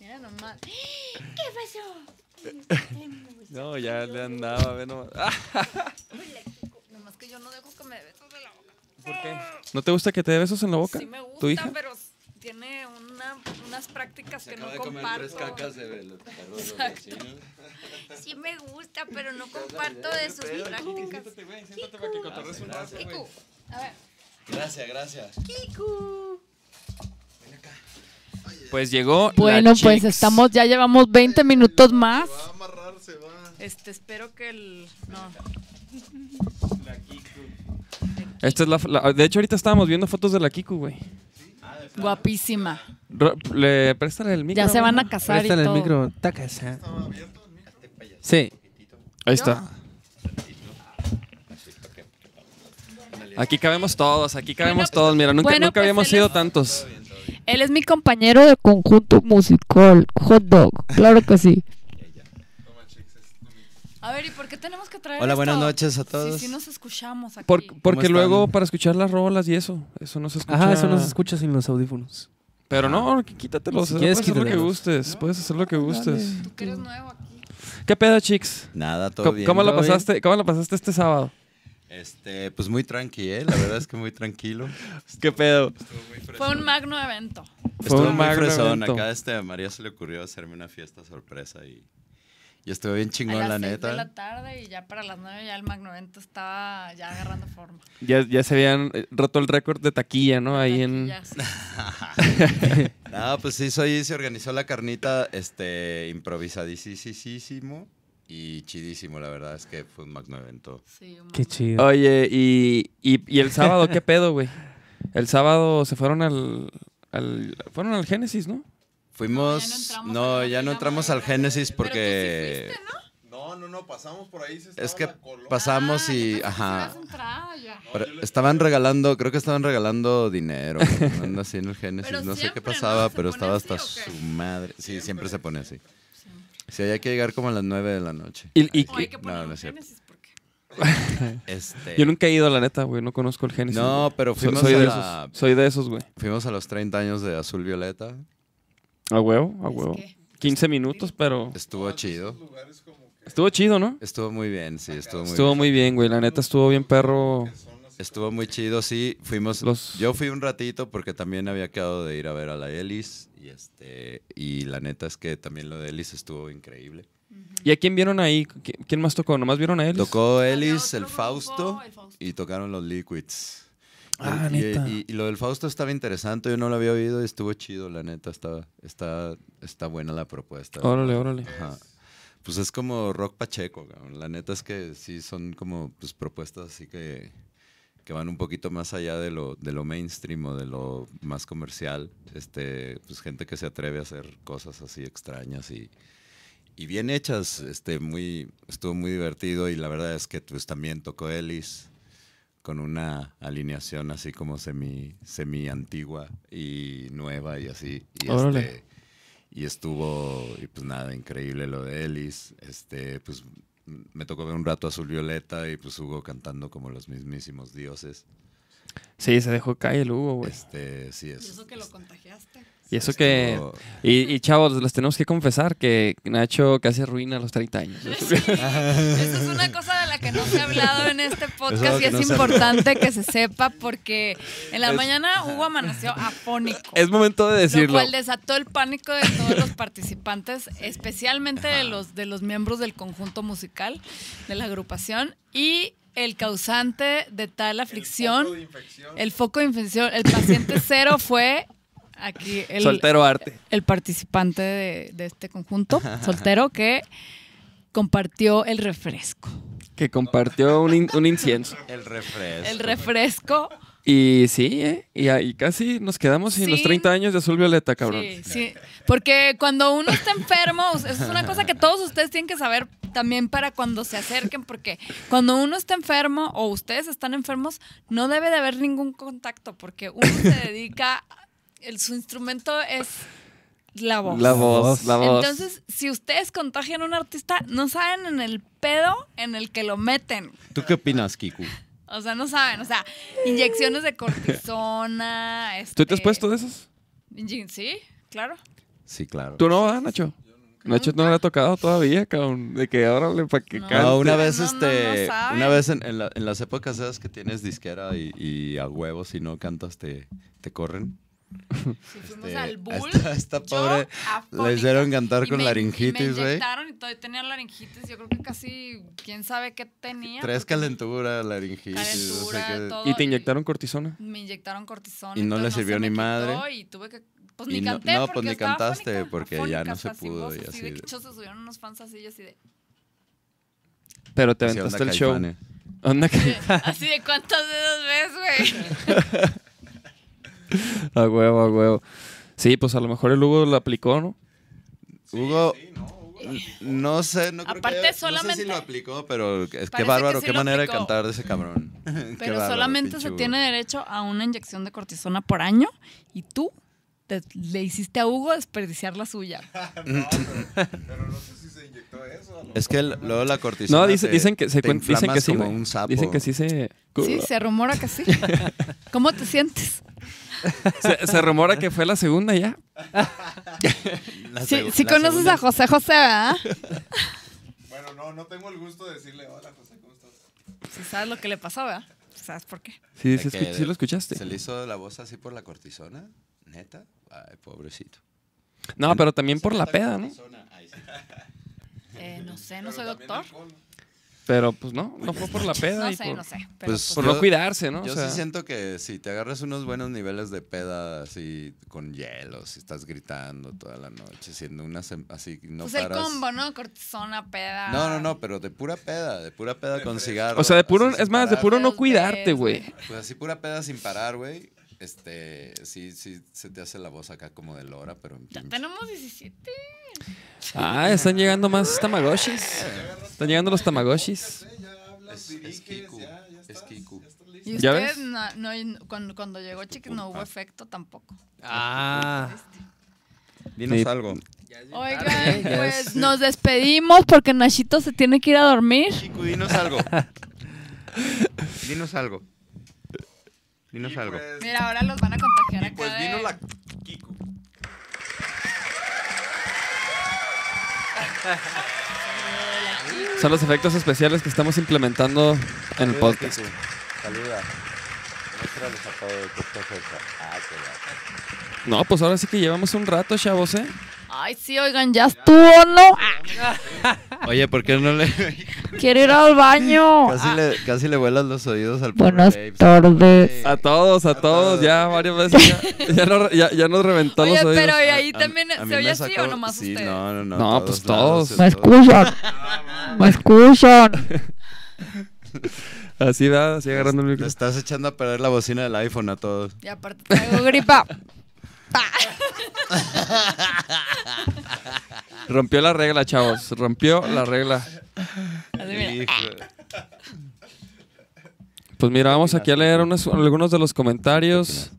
Mira nomás.
No, ya le andaba, ve nomás. Ah,
Nomás que yo no dejo que me dé besos de la boca.
¿Por qué? ¿No te gusta que te dé besos en la boca?
Sí me
¿Tu
gusta,
hija?
pero tiene una- unas prácticas que no comparto.
Sí me gusta, pero no comparto de sus prácticas.
Kiku, a ver,
Gracias, gracias.
Pues llegó. la
Bueno, pues
Chix.
estamos, ya llevamos 20 minutos más.
Va a amarrar, se va.
este, espero que el... No,
Esta es la, la- de hecho, ahorita estábamos viendo fotos de la Kiku, güey.
guapísima.
Ro- Le préstale el micro.
Ya se
güey.
van a casar y
Préstale el
todo.
micro. Taca esa. Sí.
Ahí está. Aquí cabemos todos, aquí cabemos todos. Mira, nunca,
bueno,
nunca
pues
habíamos
se
sido
les-
tantos.
Él es mi compañero.
Compañero de conjunto musical, hot dog, claro que sí.
A ver, ¿y por qué tenemos que traer
Hola,
esto?
buenas noches a
Sí,
todos.
sí nos escuchamos aquí.
Por- porque
están?
luego para escuchar las rolas y eso, eso no se escucha.
Ajá, eso no se escucha sin los audífonos.
Pero no, qu- quítatelos.
Si
eh,
quieres,
puedes hacer lo que
quítatelos.
gustes, puedes hacer lo que gustes.
Tú que eres nuevo aquí.
¿Qué pedo, chicos?
Nada, todo
¿Cómo,
bien.
cómo la
¿Todo bien?
pasaste, ¿Cómo la pasaste este sábado?
Este, pues muy tranqui, ¿eh? La verdad es que muy tranquilo.
¿Qué pedo?
Fue un magno evento.
Estuvo
un
muy
magno
fresón.
evento.
Acá este, a María se le ocurrió hacerme una fiesta sorpresa y, y estuvo bien
A
chingón,
las
la
seis
neta.
de la tarde y ya para las nueve ya el magno evento estaba ya agarrando forma.
Ya, ya se habían eh, roto el récord de taquilla, ¿no? Ahí en...
Ya, sí.
Ah. No, pues sí, soy, se organizó la carnita, este, improvisadísimo y chidísimo, la verdad es que fue un magno evento.
Sí, un
Qué
magno.
chido.
Oye, y, y, y el sábado, ¿qué pedo, güey? El sábado se fueron al... al- fueron al Génesis, ¿no?
Fuimos,
entramos a
no,
la
ya no
fila,
entramos
madre.
al Génesis
Pero tú sí
porque
fuiste, ¿no?
No, no, no, pasamos por ahí. Se estaba
es que
la colo-
pasamos
Ah,
y,
yo pensé que
ajá,
sí habías entrado ya.
Pero estaban regalando, creo que estaban regalando dinero. Ando así en el Génesis.
Pero
no sé
siempre,
qué
¿no?
pasaba,
¿Se
pero
pone
estaba
así
hasta
o qué?
su madre. Sí, siempre se pone así. Sí, hay que llegar como a las 9 de la noche.
Y- y-
O hay que
No,
poner
no
un
es cierto.
Génesis, porque
Este,
Yo nunca he ido, la neta, güey. No conozco el Génesis.
No,
güey.
pero
So-
fuimos
soy,
a
de
la-
esos, soy de esos, güey.
Fuimos a los 30 años de Azul Violeta.
A huevo, a huevo.
que-
15 minutos, pero...
Estuvo chido.
Estuvo chido, ¿no?
Estuvo muy bien, sí, estuvo muy
Estuvo
bien.
muy bien, güey. La neta, estuvo bien perro.
Estuvo muy chido, sí. Fuimos.
Los-
Yo fui un ratito porque también había quedado de ir a ver a la Elis. Y este. Y la neta es que también lo de Elis estuvo increíble.
¿Y a quién vieron ahí? ¿Qui- ¿Quién más tocó? ¿Nomás vieron a él?
Tocó
Había
Ellis,
otro
el
grupo,
Fausto,
el Fausto.
y tocaron los Liquids.
Ah,
y, y-
neta.
Y, y lo del Fausto estaba interesante, yo no lo había oído y estuvo chido, la neta, está, está, está buena la propuesta.
Órale, órale.
Ajá. Pues es como rock pacheco, cabrón. la neta es que sí son como pues, propuestas así que, que van un poquito más allá de lo, de lo mainstream o de lo más comercial. Este, pues gente que se atreve a hacer cosas así extrañas y, y bien hechas. Este, muy, estuvo muy divertido y la verdad es que pues, también tocó Ellis. con una alineación así como semi, semi antigua y nueva y así. Y,
Órale.
este, y estuvo, y pues nada, increíble lo de Ellis. Este, pues m- me tocó ver un rato Azul Violeta y pues Hugo cantando como los mismísimos dioses.
Sí, se dejó caer el Hugo, güey.
Este, sí es.
que lo contagiaste.
Y eso que.
estuvo-
Y, y, chavos, les tenemos que confesar que Nacho casi arruina los 30 años.
Esa es una cosa de la que no se ha hablado en este
algo
podcast y
que
es
no se ha
importante que se sepa porque en la
Es-
mañana Hugo amaneció afónico.
es momento de
Lo
decirlo.
cual desató el pánico de todos los participantes, especialmente de los, de los miembros del conjunto musical, de la agrupación. Y el causante de tal aflicción, el foco de infección, el paciente cero fue aquí el,
Soltero arte.
el participante de, de este conjunto, soltero, que compartió el refresco.
Que compartió un, in- un incienso.
El refresco.
El refresco,
Y sí, ¿eh? Y, ahí casi nos quedamos sin los
Sí.
30 años de azul violeta, cabrón.
sí, sí. Porque cuando uno está enfermo, o sea, eso es una cosa que todos ustedes tienen que saber también para cuando se acerquen, porque cuando uno está enfermo o ustedes están enfermos, no debe de haber ningún contacto, porque uno se dedica, el, su instrumento es la voz.
La voz, la voz.
Entonces, si ustedes contagian a un artista, no saben en el pedo en el que lo meten.
¿Tú qué opinas, Kiku?
O sea, no saben, o sea, inyecciones de cortisona. Este,
¿Tú te has puesto de esos?
inye- Sí, claro.
Sí, claro.
¿Tú no, ah, Nacho? Nacho no le ha tocado todavía, cabrón. De que ahora le para que
No.
cante.
No, una vez,
No, no, no
este,
saben.
una vez en, en la- en las épocas esas que tienes disquera y, y a huevo, si no cantas, te, te corren.
Si fuimos
Este,
al bull.
a esta, a esta
yo
pobre
afónica.
la hicieron cantar
Y
con
me- y
laringitis,
Me
güey.
inyectaron y todavía tenía laringitis. Yo creo que casi, quién sabe qué tenía.
Tres
porque
calenturas, laringitis, no sé
Calentura,
qué.
todo.
¿Y te inyectaron cortisona?
Me inyectaron cortisona.
Y no le
entonces
sirvió
se me
ni madre.
quitó Y tuve que. Pues
Y
ni
no-
canté.
no,
porque
pues ni
estaba
cantaste,
afónica,
porque ya
afónica,
no se
hasta sin
pudo
voz,
y
así
así
de
de-
que chos, se subieron unos fans así y así de.
Pero te
Sí, onda eh.
aventaste el show.
Caifanes.
Onda que...
Así de cuántos dedos ves, güey.
A huevo, a huevo. Sí, pues a lo mejor el Hugo lo aplicó, ¿no?
Hugo, no sé, no creo
Aparte,
que, No sé
solamente-
si lo aplicó, pero es
que
que bárbaro,
sí
qué
lo
manera de
aplicó.
cantar de ese cabrón. Qué
Pero
bárbaro,
solamente
pinche
se
Hugo.
tiene derecho a una inyección de cortisona por año y tú te- le hiciste a Hugo desperdiciar la suya.
Pero no sé si se inyectó eso. a lo
Es que el-
mejor.
luego la cortisona.
No, dice-
te-
dicen que se
te
cuen- dicen que
inflamas
sí,
como
güey.
un sapo.
Dicen que sí se
Sí, se rumora que sí. ¿Cómo te sientes?
se, se rumora que fue la segunda ya.
La
Sí,
segu-
sí
la
conoces
segunda-
a José José, ¿verdad?
Bueno, no, no tengo el gusto de decirle hola, José, ¿cómo estás?
Sí sabes lo que le pasó, ¿verdad? ¿Sabes por qué?
Sí,
De
sí,
que
escu- sí lo escuchaste.
¿Se le hizo la voz así por la cortisona? ¿Neta? Ay, pobrecito.
No, pero también por la peda, ¿no?
Eh, no sé, no soy doctor.
Pero pues no, no fue por la peda.
No
y
sé,
por,
no sé. Pero
Pues
por
yo-
no cuidarse, ¿no? O
Yo
sea,
sí siento que si te agarras unos buenos niveles de peda así con hielo, si estás gritando toda la noche, siendo una sem- así no
pues
paras.
el combo, ¿no? Cortisona, peda.
No, no, no, pero de pura peda, de pura peda con cigarro.
o sea, de puro,
así sin
es más, de
parar.
puro no
Los
cuidarte,
dedos,
güey.
Pues así pura peda sin parar, güey. Este, sí, sí, se te hace la voz acá como de lora, pero en
Ya
pinche.
tenemos 17.
Ah, están llegando más tamagotchis. Están llegando los tamagotchis.
Es, es Kiku, es Kiku.
Y
¿Ya
ustedes,
ves?
no, no- cuando, cuando llegó Chiquis no hubo efecto tampoco.
Ah.
Dinos
Sí.
algo.
Oigan, pues nos despedimos porque Nachito se tiene que ir a dormir.
Kiku, dinos algo. dinos algo. Dinos algo.
pues,
Mira, ahora los van a contagiar
Y
acá.
pues vino
de-
la Kiku.
Son los efectos especiales que estamos implementando en el podcast.
Saluda. Muéstrales a todo el podcast. Ah, qué gato.
No, pues ahora sí que llevamos un rato, chavos, ¿eh?
Ay, sí, oigan, ya estuvo, ¿no? Ah,
Oye, ¿por qué no le.
Quiero ir al baño.
casi, le casi le vuelas los oídos al pobre
Buenas
Babes.
tardes.
A todos, a todos, ya varias veces. Ya, ya, no- ya- ya nos reventó
Oye,
los oídos.
pero ¿y ahí
A- a-
también
a mí
se oye
me
así o
sacó-
nomás
sí,
ustedes?
No, no, no.
No, pues todos.
Me escuchan. Me escuchan.
Así va, así agarrando el
Te
micro.
estás echando a perder la bocina del iPhone a todos.
Y aparte traigo gripa.
Rompió la regla, chavos. Rompió la regla.
Así, mira.
Hijo.
Pues mira, vamos aquí a leer unos- algunos de los comentarios.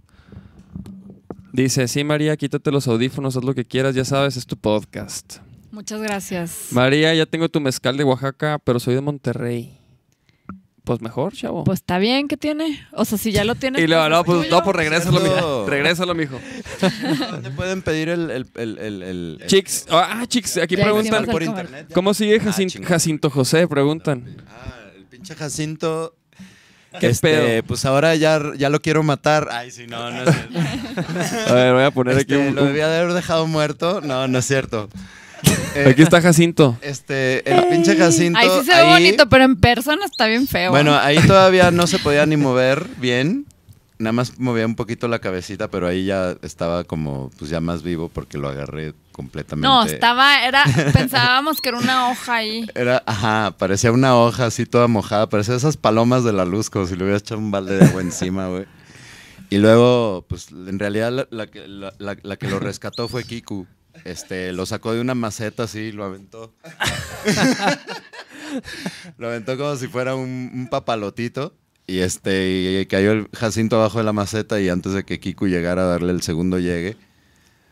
Dice, sí, María, quítate los audífonos, haz lo que quieras, ya sabes, es tu podcast.
Muchas gracias.
María, ya tengo tu mezcal de Oaxaca, pero soy de Monterrey. Pues mejor, chavo.
Pues está bien, ¿qué tiene? O sea, si ya lo tiene.
y luego, no, pues,
tuyo.
no, pues regrésalo, mijo.
Cierto.
Regrésalo, mijo.
¿Dónde pueden pedir el... el, el, el, el- el-
Chicks, ah, chicks, aquí
Ya
preguntan.
hicimos el
por
cover.
internet. ya?
¿Cómo sigue Jacin-
Ah, chingada.
Jacinto José? Preguntan.
Ah, el pinche Jacinto.
¿Qué
este,
pedo?
Pues ahora ya, ya lo quiero matar. Ay, sí, no, no es cierto.
A ver, voy a poner
Este,
aquí un-
Lo
un-
debía de haber dejado muerto. No, no es cierto. Eh,
Aquí está Jacinto.
Este, el pinche Jacinto.
Ahí sí se ve
ahí-
bonito, pero en persona está bien
¿eh?
feo.
Bueno, ahí todavía no se podía ni mover bien. Nada más movía un poquito la cabecita, pero ahí ya estaba como, pues ya más vivo porque lo agarré completamente.
no, estaba, era, pensábamos que era una hoja ahí.
Era, ajá, parecía una hoja así toda mojada, parecía esas palomas de la luz, como si le hubiera echado un balde de agua encima, güey. Y luego, pues en realidad la, la que, la- la- la que lo rescató fue Kiku. Este, lo sacó de una maceta así, lo aventó. lo aventó como si fuera un, un papalotito. Y este, y, y cayó el Jacinto abajo de la maceta y antes de que Kiku llegara a darle el segundo llegue,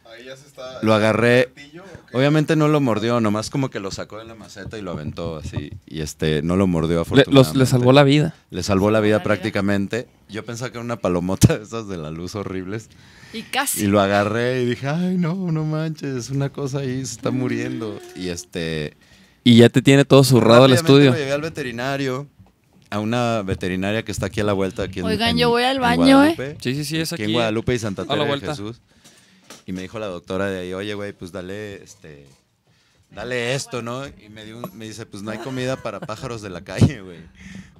Ahí ya se está.
lo agarré
¿Martillo o qué?
Obviamente no lo mordió, nomás como que lo sacó de la maceta y lo aventó así. Y este, no lo mordió
Le,
afortunadamente.
los- le salvó la vida.
Le salvó la vida
vida.
prácticamente. Yo pensaba que era una palomota de esas de la luz horribles.
Y
Y
casi.
lo agarré y dije, ay, no, no manches, una cosa ahí, se está muriendo. Y este...
Y ya te tiene todo zurrado el
rápidamente
estudio.
Lo llevé al veterinario, a una veterinaria que está aquí a la vuelta. Aquí en-
Oigan,
en-
yo voy al
en
baño, ¿eh?
Guadalupe.
Sí, sí, sí, es
Aquí
aquí.
en Guadalupe y Santa
a la
Teresa de
vuelta.
Jesús. Y me dijo la doctora de ahí, oye, güey, pues dale, este, dale esto, ¿no? Y me, dio un- me dice, pues no hay comida para pájaros de la calle, güey.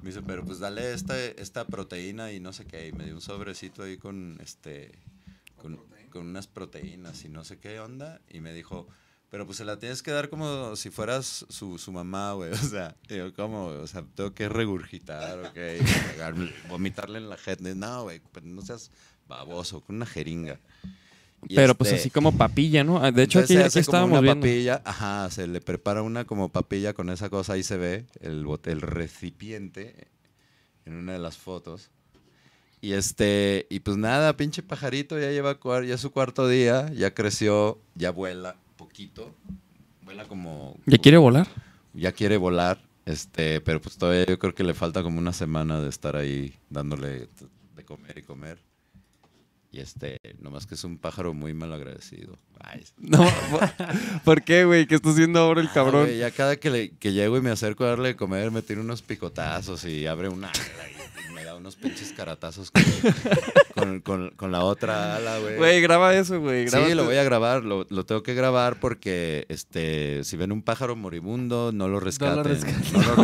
Me dice, pero pues dale esta, esta proteína y no sé qué. Y me dio un sobrecito ahí con, este, con, con unas proteínas y no sé qué onda. Y me dijo, pero pues se la tienes que dar como si fueras su, su mamá, güey. O sea, y yo como, o sea, tengo que regurgitar, ok. Cagarme, vomitarle en la gente. No, güey, pues, no seas baboso, con una jeringa. Y
Pero pues
este,
así como papilla, ¿no? Ah, De hecho, aquí,
entonces se
aquí
hace como
estábamos
una
viendo.
papilla, ajá, se le prepara una como papilla con esa cosa, ahí se ve el, bote- el recipiente en una de las fotos. Y este, y pues nada, pinche pajarito ya lleva cua- ya es su cuarto día, ya creció, ya vuela poquito. Vuela como
¿Ya quiere volar?
ya quiere volar, este, pero pues todavía yo creo que le falta como una semana de estar ahí dándole t- de comer y comer. Y este, nomás que es un pájaro muy mal agradecido. Ay,
No, ¿por qué, güey? ¿Qué está haciendo ahora el
Ah,
cabrón?
güey, ya cada que, le- que llego y me acerco a darle de comer, me tira unos picotazos y abre una ala y, y me da unos pinches caratazos con, con- con- con la otra ala, güey.
Güey, graba eso, güey. graba
Sí, lo
tu-
voy a grabar, lo, lo tengo que grabar porque este, si ven un pájaro moribundo, no lo rescaten. No lo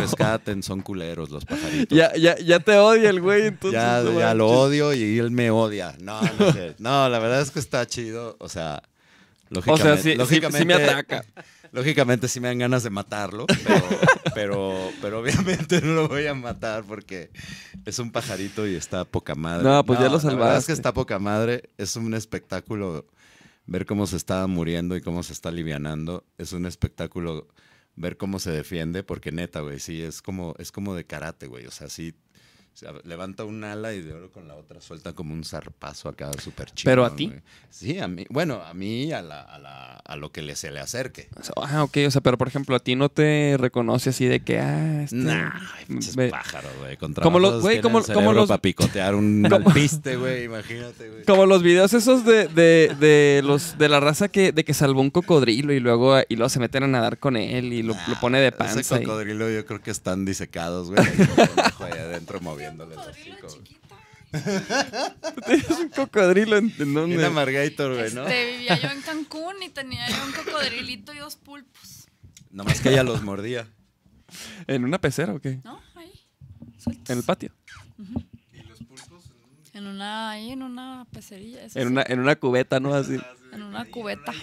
rescaten,
rescaten.
son culeros los pajaritos.
Ya, ya, ya te odia el güey, entonces.
ya,
no
ya
manches.
lo odio y él me odia. No, no, es cierto. no la verdad es que está chido. O sea,
O
lógicamente.
sea, sí, sí- sí, me
lógicamente-
ataca.
Lógicamente sí me dan ganas de matarlo, pero, pero, pero obviamente no lo voy a matar porque es un pajarito y está poca madre.
No, pues ya lo
La verdad es
salvaste.
que está poca madre. Es un espectáculo ver cómo se está muriendo y cómo se está alivianando. Es un espectáculo ver cómo se defiende porque neta, güey, sí, es como, es como de karate, güey. O sea, sí, o sea, levanta un ala y de oro con la otra suelta como un zarpazo acá súper chido.
¿Pero a ti?
Sí, a mí. Bueno, a mí a, la, a, la- a lo que le, se le acerque.
Ah, ok, o sea, pero por ejemplo, a ti no te reconoce así de que, ah, este,
Nah, ay, pinches
me-
pájaros, güey. Con
Como los-
trabajos
güey,
tienen
como-
el
como
cerebro
los-
para picotear un
Como-
alpiste, güey, imagínate, güey.
Como los videos esos de, de, de los de la raza que, de que salvó un cocodrilo y luego, y luego se meten a nadar con él y lo, lo pone de
pan.
panza.
Ah, Ese
y-
cocodrilo yo creo que están disecados, güey. Hay un conejo ahí adentro moviéndole el hocico, güey.
Es un cocodrilo en, en dónde?
Bien amargator, güey, ¿no?
Este, vivía yo en Cancún y tenía yo un cocodrilito y dos pulpos.
Nomás que ella los mordía.
¿En una pecera o qué?
¿No? Ahí.
En el patio.
En una, ahí en una pecerilla. eso
En
sí,
una, en una cubeta, ¿no? Así.
en una cubeta.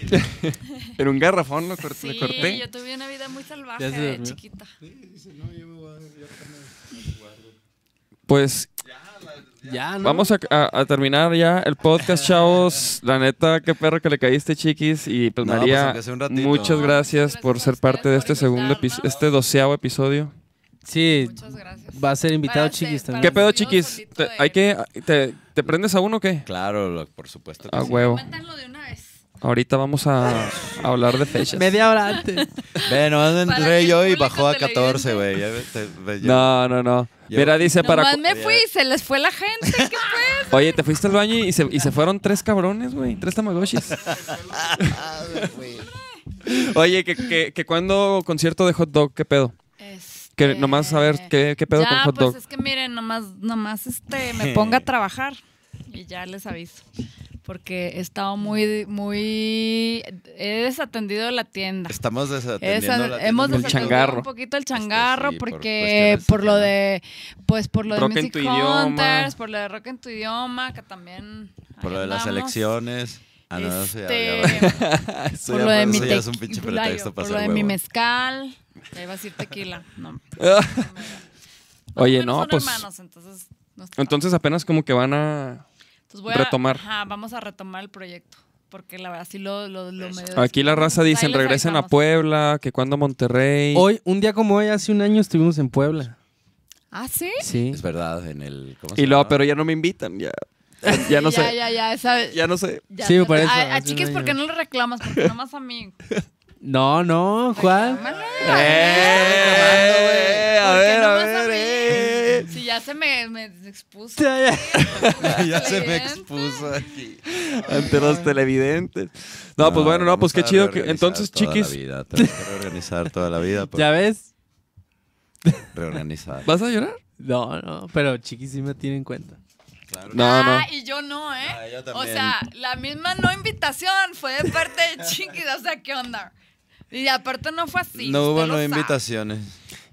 En un garrafón lo cor- le
Sí,
corté.
yo tuve una vida muy salvaje
Ya se
de
durmió.
chiquita.
Pues
Ya, ¿no?
Vamos a, a- a terminar ya el podcast, chavos. La neta, qué perro que le caíste, chiquis. Y pues
No, pues,
María,
aunque sea un ratito.
muchas
No,
gracias
gracias
por
a
ser
ustedes
parte de
por
este segundo epi-
invitarnos.
este doceavo episodio.
Sí.
Muchas gracias.
Va a ser invitado
Para ser-
chiquis también.
¿Qué pedo,
Dios
chiquis?
solito
¿Te,
de-
¿Hay que, te, te prendes a uno o qué?
Claro, lo- por supuesto que
A
sí.
huevo.
Cuéntanlo de una vez.
Ahorita vamos a, a hablar de fechas.
Media hora antes.
Bueno,
Para
entré
el
yo y
público
bajó a
televidente.
14, güey. Ya ves, te- ve- yo-
No, no, no.
Yo-
Mira, dice para...
Nomás
cu-
me fui y se les fue la gente. ¿Qué pues?
Oye, te fuiste al baño y se, y se fueron tres cabrones, güey. Tres tamagotchis. Oye, que, que, que cuando concierto de hot dog, ¿qué pedo? Que
Este,
nomás saber qué, qué pedo
ya,
con hot
pues
dog.
es que miren, nomás, nomás este, me ponga a trabajar y ya les aviso. Porque he estado muy, muy, he desatendido la tienda.
Estamos desatendiendo
Esa-
la
hemos
tienda.
El
desatendido
changarro.
un poquito el
Este,
changarro
sí, por
porque
cuestiones
por, lo
de-
de pues por lo de
Rock en
Music
tu
Hunters,
idioma.
por lo de rock en tu idioma, que también
Por lo
ahí
de las
andamos.
elecciones. Ah, no, eso ya- ya
Este,
vale. Eso
por
ya
lo de
fue-
mi
eso ya es un
tequi-
pinche
Layo,
pretexto para
por lo
hacer
de mi
huevo.
mezcal, ya iba a decir tequila, no.
Oye,
Bueno,
no,
son
pues...
hermanos, entonces, no está mal.
Entonces apenas como que van a...
Entonces voy
retomar.
A, ajá, vamos a retomar el proyecto. Porque la verdad sí lo, lo, lo medio.
Aquí la raza
Ahí
dicen,
les
regresen a
avisamos.
Puebla, que cuando a Monterrey.
Hoy, un día como hoy, hace un año estuvimos en Puebla.
Ah, sí.
Sí.
Es verdad, en el. ¿cómo se
Y luego,
llama?
pero ya no me invitan, ya. Ya no
ya,
sé.
Ya, ya, esa-
Ya no sé.
ya,
Sí,
ya.
por eso,
A, a
hace
chiquis,
un
¿por qué
año.
no le reclamas? Porque nomás a mí.
No, no, ¿cuál?
Reclámale.
Eh, a
¿Por qué
ver, a
nomás
ver.
mí?
eh.
Si ya se me, me expuso.
ya se me
Cliente.
expuso aquí.
Ante los televidentes. No, pues bueno, no,
vamos
pues qué
a
chido. que
reorganizar
Entonces,
toda la
chiquis,
vida, tenemos que reorganizar toda la vida. pues,
¿Ya ves?
Reorganizar.
¿vas a llorar?
No, no, pero chiquis sí me tiene en cuenta.
Claro.
No, no.
Ah, y yo no, ¿eh?
Ah, yo
o
también.
sea, la misma no invitación fue de parte de chiquis. O sea, ¿qué onda? Y aparte no fue así.
no hubo
usted lo
no
sabe.
invitaciones.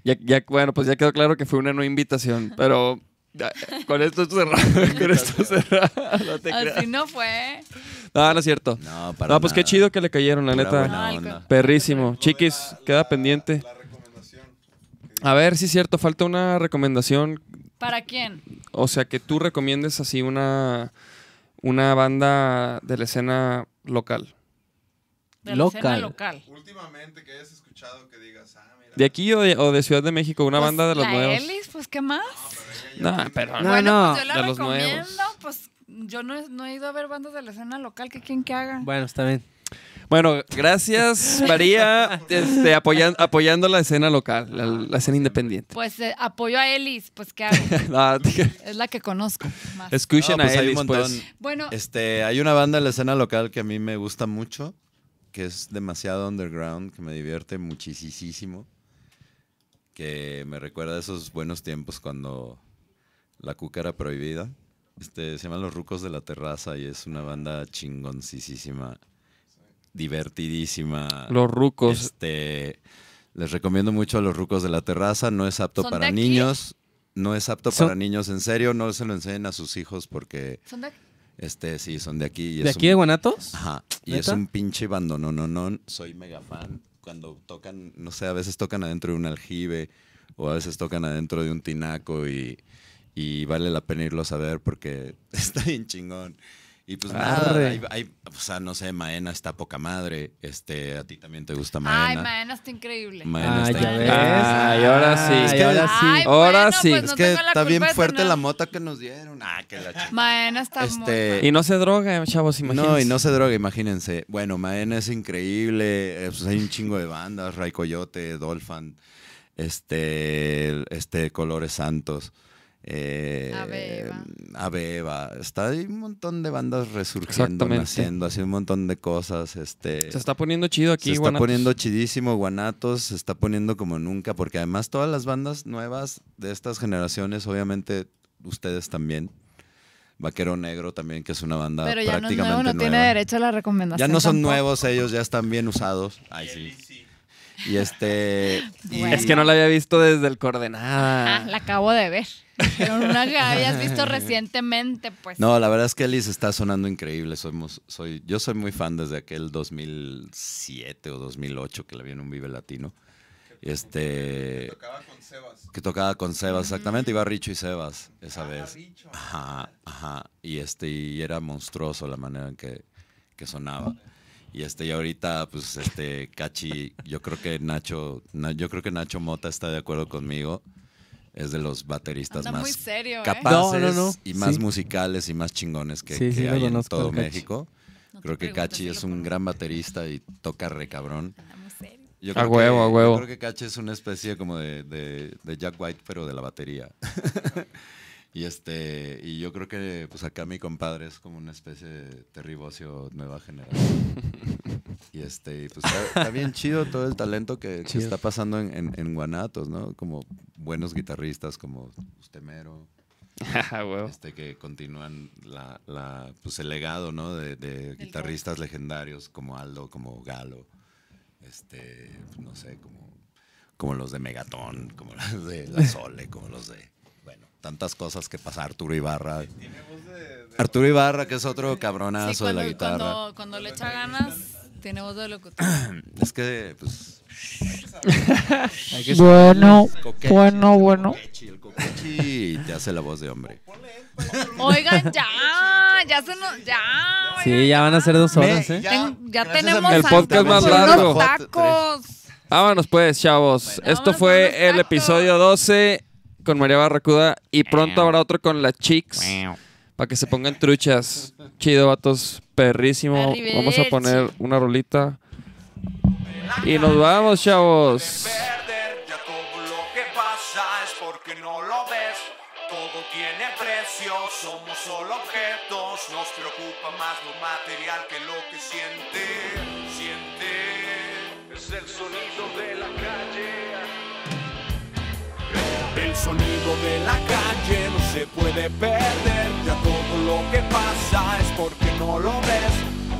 Ya, ya, bueno, pues ya quedó claro que fue una no invitación, pero ya, con esto cerrado, con esto cerrado, no te creas.
Así no fue.
No, no es cierto.
No, para
No, pues qué
nada.
chido que le cayeron, la
Pura
neta.
buena
No, el
onda.
co-
Perrísimo. Chiquis, queda pendiente.
La recomendación.
A ver, sí es cierto, falta una recomendación.
¿Para quién?
O sea, que tú recomiendes así una, una banda de la escena local.
De la escena
Local.
local.
Últimamente que hayas escuchado que digas, ah, mira.
¿De aquí o de, o de Ciudad de México? Una
Pues,
banda de los
la
nuevos.
Elis, pues, ¿qué más?
No, pero
No,
bueno,
no,
pues yo la
de los
recomiendo.
nuevos.
Pues yo no he, no he ido a ver bandas de la escena local. que quieren que haga?
Bueno, está bien.
Bueno, gracias María, este, apoyan- apoyando la escena local, la, la escena independiente.
Pues eh, apoyo a Elis, pues ¿qué hago?
No, Ah, te-
es la que conozco más.
escuchen
No, pues
a
hay un
Ellis,
montón.
pues.
Bueno,
Este, hay una banda en la escena local que a mí me gusta mucho, que es demasiado underground, que me divierte muchísimo, que me recuerda a esos buenos tiempos cuando la cuca era prohibida. Este, se llaman Los Rucos de la Terraza y es una banda chingoncísima, divertidísima.
Los rucos.
Este, les recomiendo mucho a los rucos de la terraza. No es apto
¿Son de
para
aquí?
niños. No es apto
Son-
para niños, en serio. No se lo enseñen a sus hijos porque,
son de-
este, sí, son de aquí. y
¿De
es
aquí
un-
de Guanatos?
Ajá. Y
¿Neta?
es un pinche bando. No, no, no. Soy mega fan. Cuando tocan, no sé, a veces tocan adentro de un aljibe o a veces tocan adentro de un tinaco y, y vale la pena irlos a ver porque está bien chingón. Y pues nada,
Arre.
hay, hay- o sea, no sé, Maena está poca madre. Este, a ti también te gusta Maena.
Ay, Maena está increíble.
Maena
Ah,
está
ya
increíble.
ves.
Ay, ahora sí.
Ay,
Es que-
Ah, ahora sí.
Ay,
Ahora
bueno,
sí.
pues,
Es
no
que
tengo la
está bien
culpa de
fuerte
tener-
la mota que nos dieron. Ah, que la chingada.
Maena está muy...
Este,
Y no se droga, chavos, imagínense.
No, y no se droga, imagínense. Bueno, Maena es increíble. eh, pues hay un chingo de bandas, Ray Coyote, Dolphin, este, este Colores Santos. Eh,
Abeba.
Abeba. Está hay un montón de bandas resurgiendo,
Exactamente.
naciendo, así un montón de cosas. Este,
Se está poniendo chido aquí,
se está
Guanatos.
poniendo chidísimo Guanatos, se está poniendo como nunca, porque además todas las bandas nuevas de estas generaciones, obviamente ustedes también. Vaquero Negro también, que es una banda
Pero ya no es
prácticamente
nuevo, no tiene
nueva.
derecho a la recomendación.
Ya no son
tampoco.
nuevos ellos, ya están bien usados. Ay, sí. Y este... y-
Bueno.
Es que no la había visto desde el
Ah,
coordenada.
la acabo de ver. Pero una que habías visto recientemente, pues.
No, la verdad es que Alice está sonando increíble. Somos, soy, yo soy muy fan desde aquel 2007 o 2008 que la vi en un Vive Latino. Este...
Tocaba con Sebas. Ah,
Que tocaba con Sebas, exactamente. Iba Richo y Sebas esa vez. Ajá, ajá. Y este, y era monstruoso la manera en que, que sonaba. Y este, y ahorita, pues, este, Cachi, yo creo que Nacho, Na- yo creo que Nacho Mota está de acuerdo conmigo. es de los bateristas
Anda
más
muy serio, ¿eh?
capaces
No, no, no.
y más
Sí.
musicales y más chingones que,
Sí, sí,
que
lo
hay en
conozco
todo
al Cachi.
México. Creo que Cachi es un gran baterista y toca re cabrón. Yo
A
creo
huevo, a
yo
huevo.
creo que Cachi es una especie como de, de- de Jack White, pero de la batería. y este y yo creo que pues acá mi compadre es como una especie de terribocio nueva generación. y este y, pues está, está bien chido todo el talento que, que
Chido.
está pasando en, en- en Guanatos, ¿no? Como buenos guitarristas como Ustemero
Ajá, Ah, huevo.
este que continúan la, la, pues el legado ¿no? de, de guitarristas legendarios como Aldo, como Galo, este, pues, no sé, como, como los de Megatón, como los de La Sole, como los de. Bueno, tantas cosas que pasa Arturo Ibarra. Arturo Ibarra, que es otro cabronazo
Sí,
Ah, de la
cuando,
guitarra.
cuando, cuando le echa ganas, tiene voz de locutor.
Es que, pues.
Hay que-
Bueno,
coquechi,
bueno, bueno.
coquechi, el coquechi, y te hace la voz de hombre.
Oigan, ya, ya se nos. Ya,
Sí, ya van a ser dos horas, ¿eh?
Ten- ya
gracias a
tenemos
mi
El podcast
hambre
más
por
largo.
unos tacos.
Vámonos pues, chavos.
Bueno,
Esto
vámonos con los
fue el
tacos.
episodio 12 con María Barracuda y pronto habrá otro con las chicks para que se pongan truchas. Chido, vatos, perrísimo.
Arrivederci.
Vamos a poner una rolita. Y nos vamos, chavos.
perder. Ya todo lo que pasa es porque no lo ves. Todo tiene precio, somos solo objetos. Nos preocupa más lo material que lo que siente. Siente. Es el sonido de la calle. El sonido de la calle no se puede perder, ya todo lo que pasa es porque no lo ves.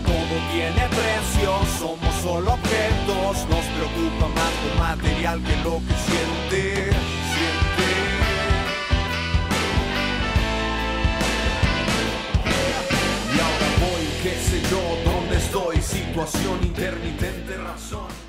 Todo tiene precio, somos solo objetos, nos preocupa más lo material que lo que siente. siente. Y ahora voy, qué sé yo, dónde estoy, situación intermitente, razón.